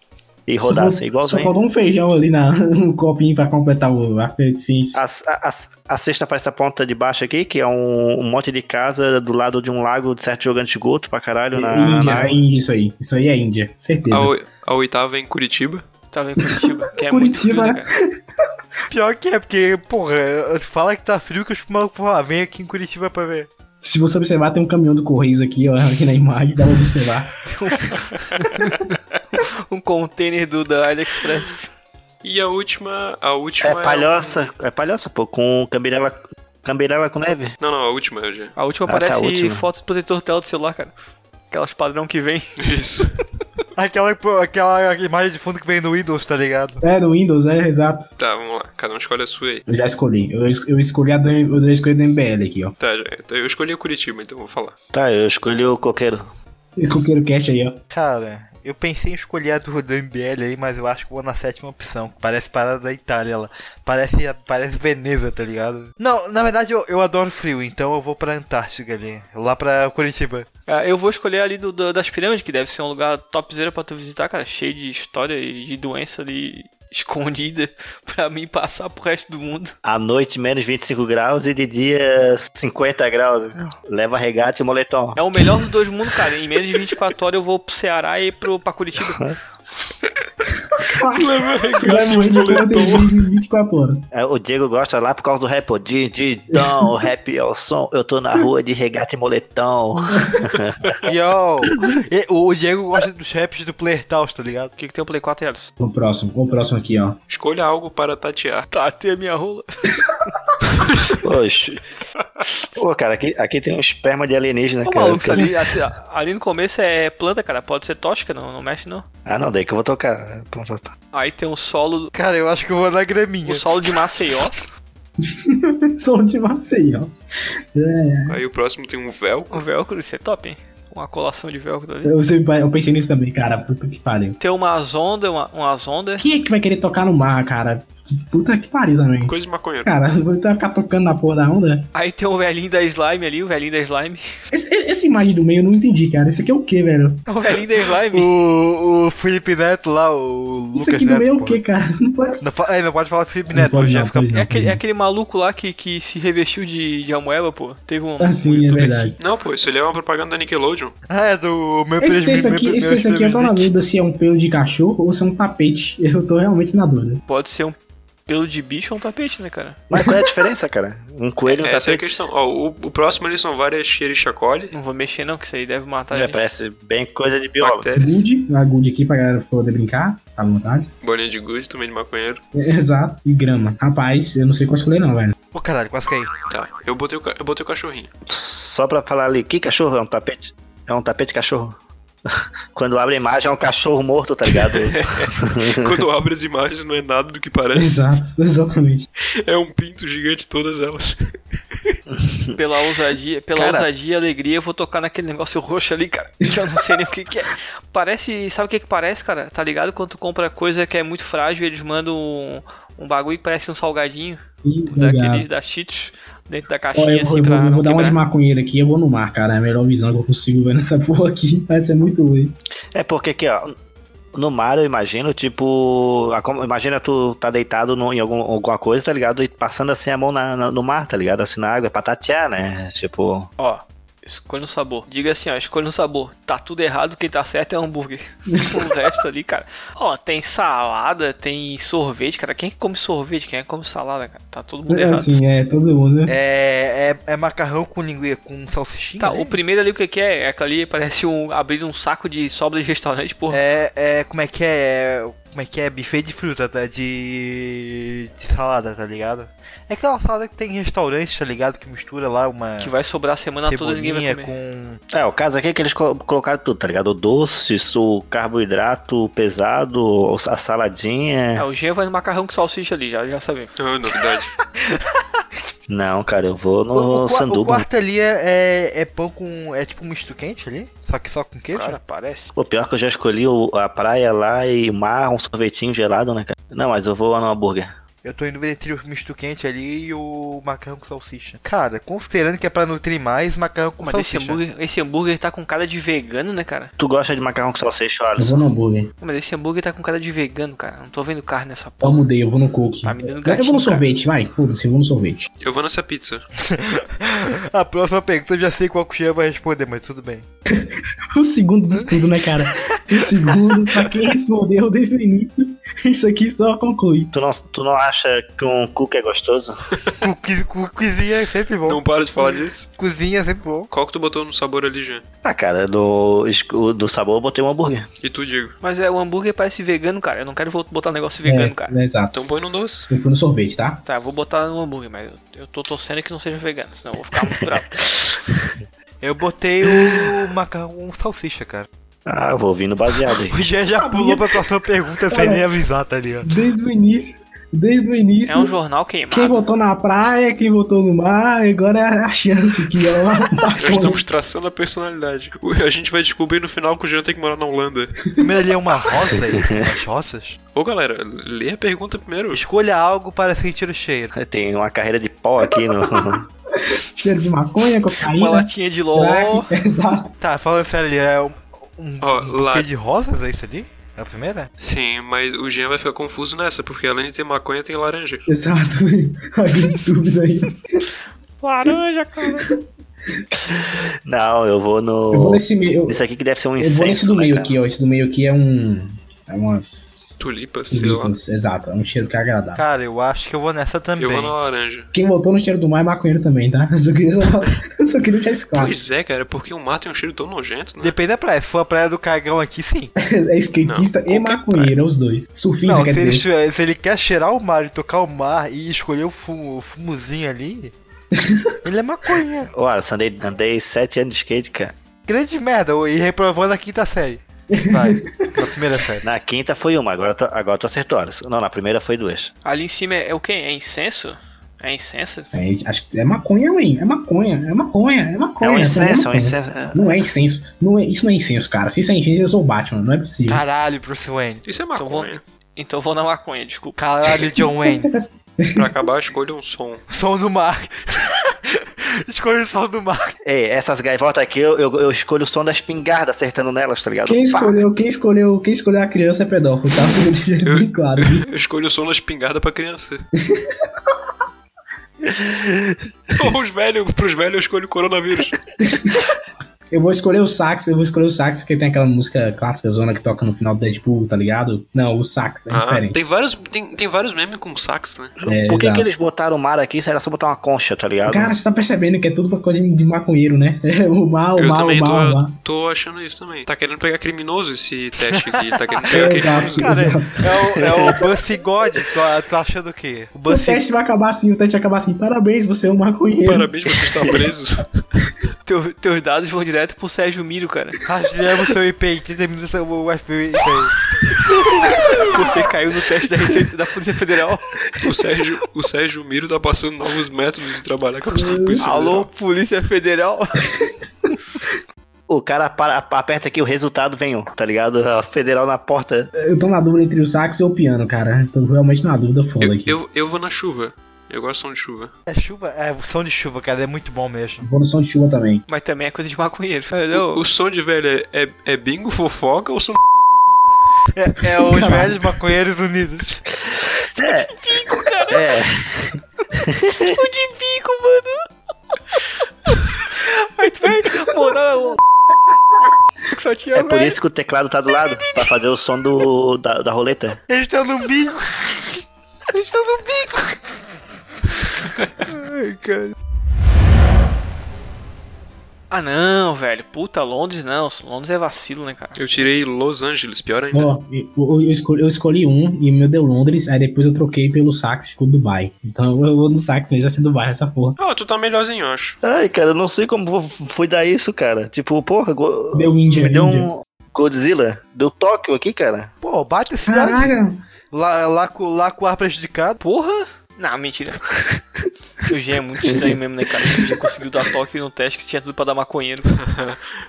E rodar
só,
assim,
fal- só
igualzinho.
faltou um feijão ali na, no copinho pra completar o a ciência.
A, a, a, a sexta parece a ponta de baixo aqui, que é um, um monte de casa do lado de um lago de certo jogando de esgoto pra caralho. Na,
Índia,
na-
é Índia isso aí. Isso aí é Índia, certeza.
A, oi- a oitava é em Curitiba.
Tá vendo Curitiba? Que é muito frio,
Curitiba,
né,
né?
cara?
Pior que é, porque, porra, fala que tá frio que os malucos vão lá, vem aqui em Curitiba pra ver.
Se você observar, tem um caminhão do Correios aqui, ó, aqui na imagem, dá pra observar.
Um container do da AliExpress.
E a última. A última
É palhoça, é palhoça, pô, com cambirela, cambirela com neve.
Não, não, a última é o Jean.
A última
Ah, tá,
parece
a última.
foto do protetor de tela do celular, cara. Aquelas padrão que vem.
Isso.
Aquela, pô, aquela imagem de fundo que vem no Windows, tá ligado?
É, no Windows, é, exato.
Tá, vamos lá. Cada um escolhe a sua aí.
Eu já escolhi. Eu, es- eu escolhi a do, eu já escolhi a do MBL aqui, ó.
Tá, já- então eu escolhi a Curitiba, então vou falar.
Tá, eu escolhi o coqueiro.
E Coqueiro Cast aí, ó.
Cara, eu pensei em escolher a do, do MBL aí, mas eu acho que vou na sétima opção. que Parece parada da Itália lá. Parece, parece Veneza, tá ligado? Não, na verdade eu, eu adoro frio, então eu vou pra Antártica ali. Lá pra Curitiba.
Ah, eu vou escolher ali do, do- das pirâmides, que deve ser um lugar topzera pra tu visitar, cara. Cheio de história e de doença ali escondida pra mim passar pro resto do mundo.
À noite, menos 25 graus e de dia 50 graus. Leva regata e moletom.
É o melhor dos dois mundos, cara. Em menos de 24 horas eu vou pro Ceará e pro, pra Curitiba.
é
Tu vai morrer de quarentena em 24 horas.
É, o Diego gosta lá por causa do rap, pô. Di, di, dom, rap é o som. Eu tô na rua de regata e moletom.
Yo! E- o Diego gosta dos raps do Player Taos, tá ligado?
O que, que tem o Play 4 Eros?
O próximo, o próximo aqui, ó.
Escolha algo para tatear.
Tá, tem a minha rola.
Poxa. Pô, cara, aqui, aqui tem um esperma de alienígena,
Ô,
cara.
maluco, isso
Cara.
ali, assim, ó, ali no começo é planta, cara. Pode ser tóxica, não, não mexe, não.
Ah, não, daí que eu vou tocar. Pronto, pronto.
Aí tem um solo,
Cara, eu acho que eu vou na greminha.
um solo de Maceió.
Só um de Maceió.
Aí o próximo tem um véu.
Um velcro, isso é top, hein? Uma colação de velcro ali.
Eu, sempre- eu pensei nisso também, cara. Puta que pariu.
Tem uma zonda, uma, uma zonda.
Quem é que vai querer tocar no mar, cara? Puta que pariu também.
Coisa de maconheiro.
Cara, vou ficar tocando na porra da onda.
Aí tem o velhinho da slime ali, o velhinho da slime.
Esse, essa imagem do meio eu não entendi, cara. Isso aqui é o quê, velho?
O velhinho da slime.
O, o Felipe Neto lá, o Lucas
Isso aqui do
Neto,
meio é
pô.
o quê, cara? Não pode ser.
Não, fa- é, não pode falar do Felipe
Não
Neto,
pode
hoje
não,
já fica...
pois não,
É aquele, é
pois
aquele maluco lá que, que se revestiu de, de amoeba, pô. Teve um.
não. Ah, sim,
um
é
youtuber
verdade.
Não, pô, isso ali é uma propaganda da Nickelodeon.
Ah, é do meu
Esse
primo-
texto aqui,
meu-
esse
meus
texto aqui eu tô na
primos
dúvida se é um pelo de cachorro ou se é um tapete. Eu tô realmente na dúvida.
que Pode ser um pelo de bicho ou um tapete, né, cara?
Mas qual é a diferença, cara? Um coelho
tá
no
Essa é a
tapete?
questão. Ó, o, o próximo ali são várias xerichacole,
Não vou mexer, não, que isso aí deve
tá,
matar a
É,
gente.
parece bem coisa de biólogo.
É
bactérias,
Good, a Good ah, aqui pra galera poder brincar, tá à vontade. É,
bolinha de gude, também de maconheiro.
Exato. E grama. Rapaz, eu não sei qual escolher não, velho.
Pô, caralho, quase caí.
Tá, eu botei o, ca- eu botei o cachorrinho.
Só pra falar ali, que cachorro é um tapete? É um tapete de cachorro. Quando abre a imagem é um cachorro morto, tá ligado?
Quando eu abro as imagens, não é nada do que parece.
Exato, exatamente.
É um pinto gigante, todas elas.
Pela ousadia, pela
Cara.
ousadia e alegria, eu vou tocar naquele negócio roxo ali, cara. Que eu não sei nem o que, que é. Parece. Sabe o que, que parece, cara? Tá ligado? Quando tu compra coisa que é muito frágil, eles mandam um, um bagulho que parece um salgadinho.
Ih,
Daqueles
obrigado.
da Cheetos, dentro da
Ó,
caixinha,
eu, vou-
assim,
eu vou,
pra
eu
não
vou dar uma de
quebrar.
maconheiro aqui e eu vou no mar, cara. É a melhor visão que eu consigo ver nessa porra aqui. Vai ser muito ruim.
é porque aqui, ó. No mar, eu imagino, tipo. a com- Imagina tu tá deitado no- em algum- alguma coisa, tá ligado? E passando assim a mão na- na- no mar, tá ligado? Assim na água, pra tatear, né? Tipo.
Ó, escolha um sabor. Diga assim, ó, escolha um sabor. Tá tudo errado, quem tá certo é hambúrguer. o resto ali, cara. Ó, tem salada, tem sorvete, cara. Quem é que come sorvete? Quem é que come salada, cara? Tá todo mundo
É
errado.
assim, é todo mundo, né?
É, é, é macarrão com linguiça, com salsichinha?
Tá,
né?
o primeiro ali o que que é? É aquele ali parece um abrir um saco de sobra de restaurante, porra.
É, é, como é que é, é, como é que é, buffet de fruta, tá? de, de salada, tá ligado? É aquela salada que tem em restaurante, tá ligado? Que mistura lá uma
Que vai sobrar a semana toda ninguém vai
cebolinha
comer.
com...
É, o caso aqui é que eles co- colocaram tudo, tá ligado? O doce, o carboidrato pesado, a
É,
saladinha.
o Jean vai no macarrão com salsicha ali, já, já sabemos.
Ah, novidade.
Não, cara, eu vou
O,
no
o, qua- o
sanduba.
quarto ali é, é, é pão com... é tipo um misto quente ali? Só que só com queijo?
Cara, parece.
O pior é que eu já escolhi o- a praia lá e mar, um sorvetinho gelado, né, cara? Não, mas eu vou lá no hambúrguer.
Eu tô indo entre o misto quente ali e o macarrão com salsicha. Cara, considerando que é pra nutrir mais, macarrão com
Mas esse
salsicha.
hambúrguer, esse hambúrguer tá com cara de vegano, né, cara?
Tu gosta de macarrão com salsicha,
Eu vou
Alisson?
no hambúrguer.
Não, Mas esse hambúrguer tá com cara de vegano, cara. Não tô vendo carne nessa
Eu
porra.
mudei, eu vou no cookie.
Tá me dando
eu vou
gatinho,
no sorvete, vai. Foda-se, eu vou no sorvete.
Eu vou nessa pizza.
A próxima pergunta eu já sei qual que o Jean vai responder, mas tudo bem.
O segundo disso tudo, né, cara? O segundo, pra quem respondeu desde o início, isso aqui só conclui.
Tu não, tu não acha que um cookie é gostoso?
O que- o Cozinha é sempre bom.
Não para de falar disso.
Cozinha é sempre bom.
Qual que tu botou no sabor ali, Jean?
Ah, cara, do, esco- do sabor eu botei um hambúrguer.
E tu, Diego?
Mas é, o hambúrguer parece vegano, cara. Eu não quero voltar- botar um negócio vegano,
é,
cara.
é, Exato.
Então põe no doce.
Eu fui no sorvete, tá?
Tá, eu vou botar no hambúrguer, mas eu- eu tô torcendo que não seja vegano, senão eu vou ficar muito bravo.
Eu botei o macarrão com salsicha, cara.
Ah, eu vou vir no baseado aí.
O Jean já
Sabia.
pulou pra próxima pergunta sem
Cara.
nem avisar, tá ligado?
Desde o início, desde o início.
É um jornal
Quem
queimado.
votou na praia, quem votou no mar, agora é a chance que é uma
Nós estamos traçando a personalidade. O- A gente vai descobrir no final que o Jean tem que morar na Holanda.
Primeiro ali é uma roça, isso, umas roças.
Ô galera, lê a pergunta primeiro.
Escolha algo para sentir o cheiro.
Tem uma carreira de pó aqui no.
cheiro de maconha,
Uma
cocaína.
latinha de LOL.
crack. Exato.
Tá, falando sério ali, é um, um
Ó,
buquê
lá-
de rosas, é isso ali? É a primeira?
Sim, mas o Jean vai ficar confuso nessa, porque além de ter maconha, tem laranja.
Exato. A grande dúvida aí.
Laranja, cara.
Não, eu vou no.
Eu vou nesse meio. eu-
Isso aqui que deve ser um
Eu
incenso.
vou nesse do
né,
meio
cara?
aqui, ó. Esse do meio aqui é um. É umas.
Tulipa, sei lá.
Tulipas, exato, é um cheiro que é agradável.
Cara, eu acho que Ah. eu vou nessa também.
Eu vou na laranja.
Quem votou no cheiro do mar é maconheiro também, tá? Eu só queria, só, eu só queria deixar isso claro.
Pois é, cara, porque o mar tem um cheiro tão nojento, né?
Depende da praia. Se for a praia do cagão aqui, sim.
É skatista
Não,
e
qualquer
maconheiro, os dois. Surfista,
Não, se
quer
ele,
dizer.
che- se ele quer cheirar o mar e tocar o mar e escolher o, fumo, o fumozinho ali, ele é maconha.
Ué, eu andei, andei sete anos de skate, cara.
Grande merda, e reprovando a quinta série. Vai, na primeira série.
Na quinta foi uma, agora tu, agora tu acertou. olha. Não, na primeira foi duas.
Ali em cima é, é o quê? É incenso? É incenso?
É, acho que é maconha, Wayne. É maconha, é maconha, é maconha.
é um
também
incenso, é um
maconha.
incenso.
Não é incenso. Não é, isso não é incenso, cara. Se isso é incenso, eu sou o Batman. Não é possível.
Caralho, Bruce Wayne.
Isso é
Então vou,
maconha.
então vou na maconha, desculpa.
Caralho, John Wayne.
Pra acabar, escolha um som.
Som do mar. Escolha o som do mar.
Ei, essas gaivotas aqui, eu, eu, eu escolho o som da espingarda acertando nelas, tá ligado?
Quem
Pá.
escolheu, quem escolheu, quem escolheu a criança é pedófilo, tá? Só deixa isso bem claro.
Eu escolho o som da espingarda pra criança. Então, Os velhos, pros velhos eu escolho o coronavírus.
Eu vou escolher o sax, eu vou escolher o sax, que tem aquela música clássica zona que toca no final do Deadpool, tá ligado? Não, o sax é
Ah,
diferente.
tem vários, tem, tem vários memes com sax, né?
É,
Por que,
exato.
que eles botaram o mar aqui se era só botar uma concha, tá ligado?
Cara, você tá percebendo que é tudo uma coisa de maconheiro, né? O mal, o
eu
mal, o
também
mal, o mal.
tô, tô achando isso também. Tá querendo pegar criminoso esse teste aqui. Tá querendo pegar
É,
criminoso.
exato,
Cara,
exato.
É o, é o Buffy God. Tu, tu achando o quê? O
O
Buffy,
teste vai acabar assim, o teste vai acabar assim. Parabéns, você é um maconheiro.
Parabéns, você está preso.
Teu- teus dados vão direto pro Sérgio Miro, cara.
rastreamos seu IP em 30 minutos o FBI.
Você caiu no teste da Receita da Polícia Federal.
O Sérgio, o Sérgio Miro tá passando novos métodos de trabalhar com a polícia.
Alô, Polícia Federal.
O cara para- aperta aqui o resultado, vem, ó, tá ligado? A federal na porta.
Eu tô na dúvida entre o sax e o piano, cara. Tô realmente na dúvida foda
Eu,
aqui.
eu, eu vou na chuva. Eu gosto de som de chuva.
É chuva? É, o som de chuva, cara, é muito bom mesmo.
Vou no som de chuva também.
Mas também é coisa de maconheiro.
O,
Não,
o som de velho é, é, é bingo, fofoca ou som
É, é os velhos maconheiros unidos.
É. É.
o de bico, mano. Aí tu vai morar na... Que só né? tinha
É por
velho.
isso que o teclado tá do lado, pra fazer o som do, da, da roleta.
Eles estão no bico. Eles estão no bico. Ai, cara.
Ah, não, velho. Puta, Londres não. Londres é vacilo, né, cara?
Eu tirei Los Angeles, pior ainda.
Ó, eu, eu escolhi, eu escolhi um e o meu deu Londres, aí depois eu troquei pelo sax ficou Dubai. Então eu vou no sax mesmo, vai ser Dubai essa porra.
Ah, tu tá melhorzinho, eu acho.
Ai, cara, eu não sei como vou- fui dar isso, cara. Tipo, porra, go-
Deu Índia,
me deu
Índia.
um Godzilla, deu Tóquio aqui, cara.
Pô, bate a cidade.
Caraca!
Lá, lá, com- lá com o ar prejudicado.
Porra! Não, mentira. O G é muito estranho mesmo, né, cara? O G conseguiu dar toque no teste que tinha tudo pra dar maconheiro.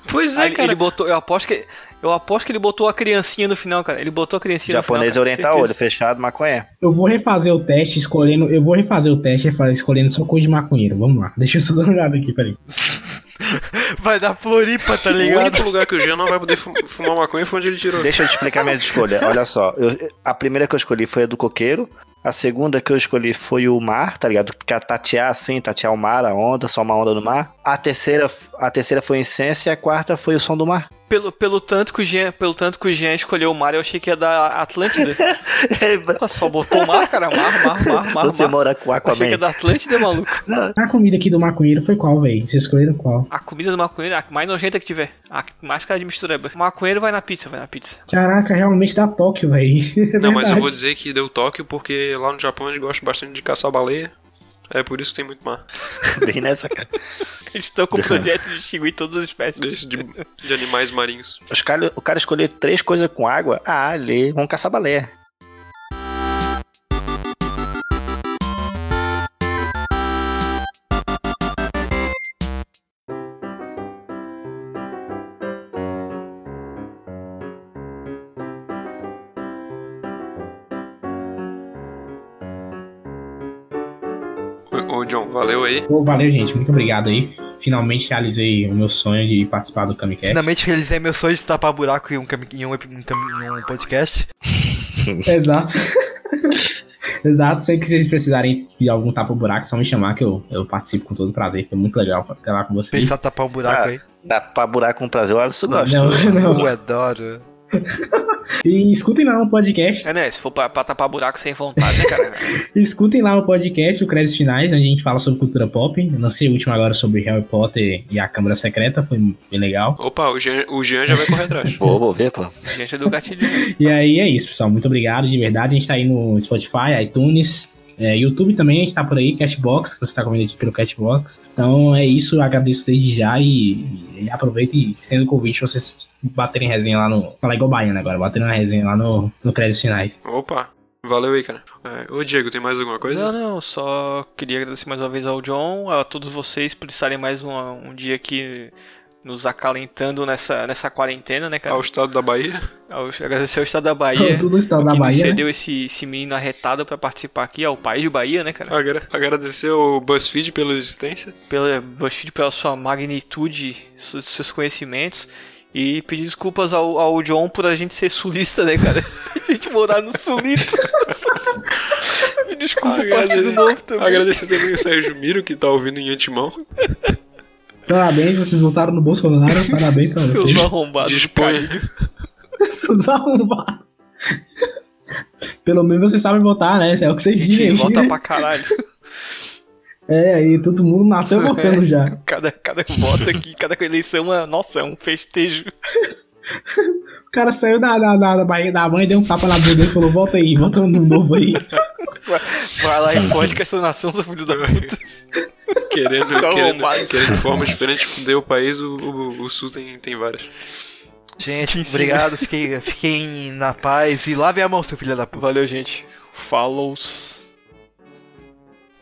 Pois é,
Aí ele,
cara.
ele tá botou, eu aposto que. Eu aposto que ele botou a criancinha no final, cara. Ele botou a criancinha no
Japonês
final.
oriental, olho fechado, maconha.
Eu vou refazer o teste escolhendo. Eu vou refazer o teste refa- escolhendo só coisa de maconheiro. Vamos lá. Deixa eu só dar uma olhada aqui, peraí.
Vai dar Floripa, tá
O
ligado?
único lugar que o Jean não vai poder fu- fumar maconha foi onde ele tirou.
É
Deixa eu te explicar minhas escolhas. Olha só, eu- a primeira que eu escolhi foi a do coqueiro. A segunda que eu escolhi foi o mar, tá ligado? Porque a tatear assim, tatear o mar, a onda, só uma onda no mar. A terceira, a terceira foi o incenso e a quarta foi o som do mar.
Pelo, pelo, tanto que o Jean, pelo tanto que o Jean escolheu o mar, eu achei que ia dar Atlântida. Ela só botou mar, cara. Mar, mar, mar, mar,
Você
mar.
mora com
Achei que ia
Aquaman.
dar Atlântida, maluco.
A comida aqui do maconheiro foi qual, velho? Vocês escolheram qual?
A comida do maconheiro é a mais nojenta que tiver. A mais cara de mistureba. Maconheiro vai na pizza, vai na pizza.
Caraca, realmente dá É Tóquio, velho.
Não, mas eu vou dizer que deu Tóquio porque lá no Japão eles gostam bastante de caçar baleia. É por isso que tem muito mar.
Bem nessa, cara.
Eles estão com o projeto de extinguir todas as espécies.
Desses De, de animais marinhos.
Os cara- o cara escolheu três coisas com água. Ah, ali, vamos caçar balé.
Ô, ô, John, valeu aí.
Pô, valeu, gente. Muito obrigado aí. Finalmente realizei o meu sonho de participar do Camicast.
Finalmente realizei meu sonho de tapar buraco em um, cami- em um, ep- um cami- em um podcast.
Exato. Exato, sei que vocês precisarem de algum tapa buraco, só me chamar que eu, eu participo com todo prazer. Foi muito legal falar com vocês.
Pensar em tapar um buraco
Ah,
aí.
Dá pra buraco com prazer, olha, isso gosta.
Não, não.
Eu adoro.
E escutem lá o podcast.
É, né? Se for pra, pra tapar buraco sem vontade, né, cara?
Escutem lá o podcast, o Créditos Finais, onde a gente fala sobre cultura pop. Eu lancei o último agora sobre Harry Potter e a Câmara Secreta, foi bem legal.
Opa, o Jean, o Jean já vai correr atrás.
Vou, vou ver, pô.
Gente é do gatilho.
E aí é isso, pessoal. Muito obrigado, de verdade. A gente tá aí no Spotify, iTunes, é, YouTube também, a gente tá por aí, Cashbox, que você tá comendo aqui pelo Cashbox. Então é isso, eu agradeço desde já e, e aproveita e sendo convite vocês baterem resenha lá no. Falar igual Baiana agora, baterem uma resenha lá no, no Créditos Finais.
Opa, valeu aí, cara. É, ô Diego, tem mais alguma coisa?
Não, não, só queria agradecer mais uma vez ao John, a todos vocês por estarem mais uma- um dia aqui nos acalentando nessa, nessa quarentena, né, cara?
Ao estado da Bahia?
Ao- agradecer ao Estado da Bahia.
Tudo no estado da
é que nos
Bahia. né?
cedeu esse, esse menino arretado pra participar aqui, ao país de Bahia, né, cara?
Agra- Agradecer ao BuzzFeed pela existência.
Pela, BuzzFeed pela sua magnitude, su- seus conhecimentos. E pedir desculpas ao, ao John por a gente ser sulista, né, cara? A gente morar no sulito. E desculpa o Partido
Agradecer-
Novo também.
Agradecer também o Sérgio Miro, que tá ouvindo em antemão.
Parabéns, vocês votaram no Bolsonaro. Parabéns pra vocês.
Seus arrombados.
Disponha.
Seus arrombados. Pelo menos vocês sabem votar, né? Isso é o que vocês
A gente
dizem.
vota pra caralho.
É, aí todo mundo nasceu
É.
votando já.
Cada, cada voto aqui, cada eleição é, nossa, é um festejo.
O cara saiu da, da, da, da barriga da mãe, deu um tapa na bunda dele e falou: volta aí, volta no novo aí.
Vai lá e foge com essa nação, seu filho da puta.
Querendo,
Tá
querendo,
arrombado.
querendo de forma diferente fuder o país, o, o- o Sul tem, tem várias.
Gente,
Sim, sim.
obrigado. Fiquem, fiquem na paz e lavem a mão, seu filho da puta.
Valeu, gente. Falou.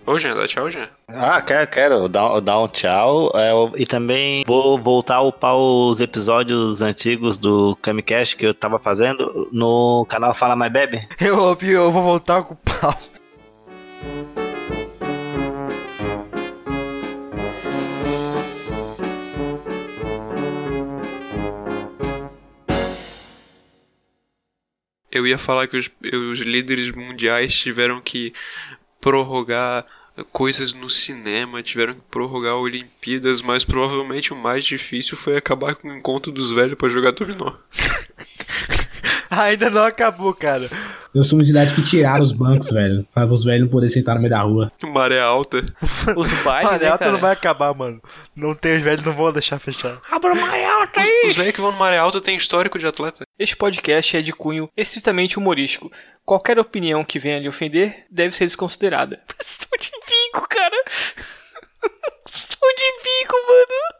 Ô, Jean, dá tchau, Jean.
Ah, quero, quero dar, dar um tchau. É, eu- e também vou voltar a upar os episódios antigos do Camicast que eu tava fazendo no canal Fala Mais Bebe.
Eu ouvi, eu vou voltar com o pau.
Eu ia falar que os, os líderes mundiais tiveram que prorrogar coisas no cinema, tiveram que prorrogar Olimpíadas, mas provavelmente o mais difícil foi acabar com o encontro dos velhos pra jogar dominó.
Ainda não acabou, cara.
Eu sou uma idade que tiraram os bancos, velho. Pra os velhos não poderem sentar no meio da rua.
Maré alta.
Os bailes,
Olha,
né,
alta não
cara?
vai acabar, mano. Não tem os velhos, não vão deixar fechar.
Os velhos que vão no maré alta têm histórico de atleta.
Este podcast é de cunho estritamente humorístico. Qualquer opinião que venha lhe ofender deve ser desconsiderada. Estou de bico, cara. Estou de bico, mano.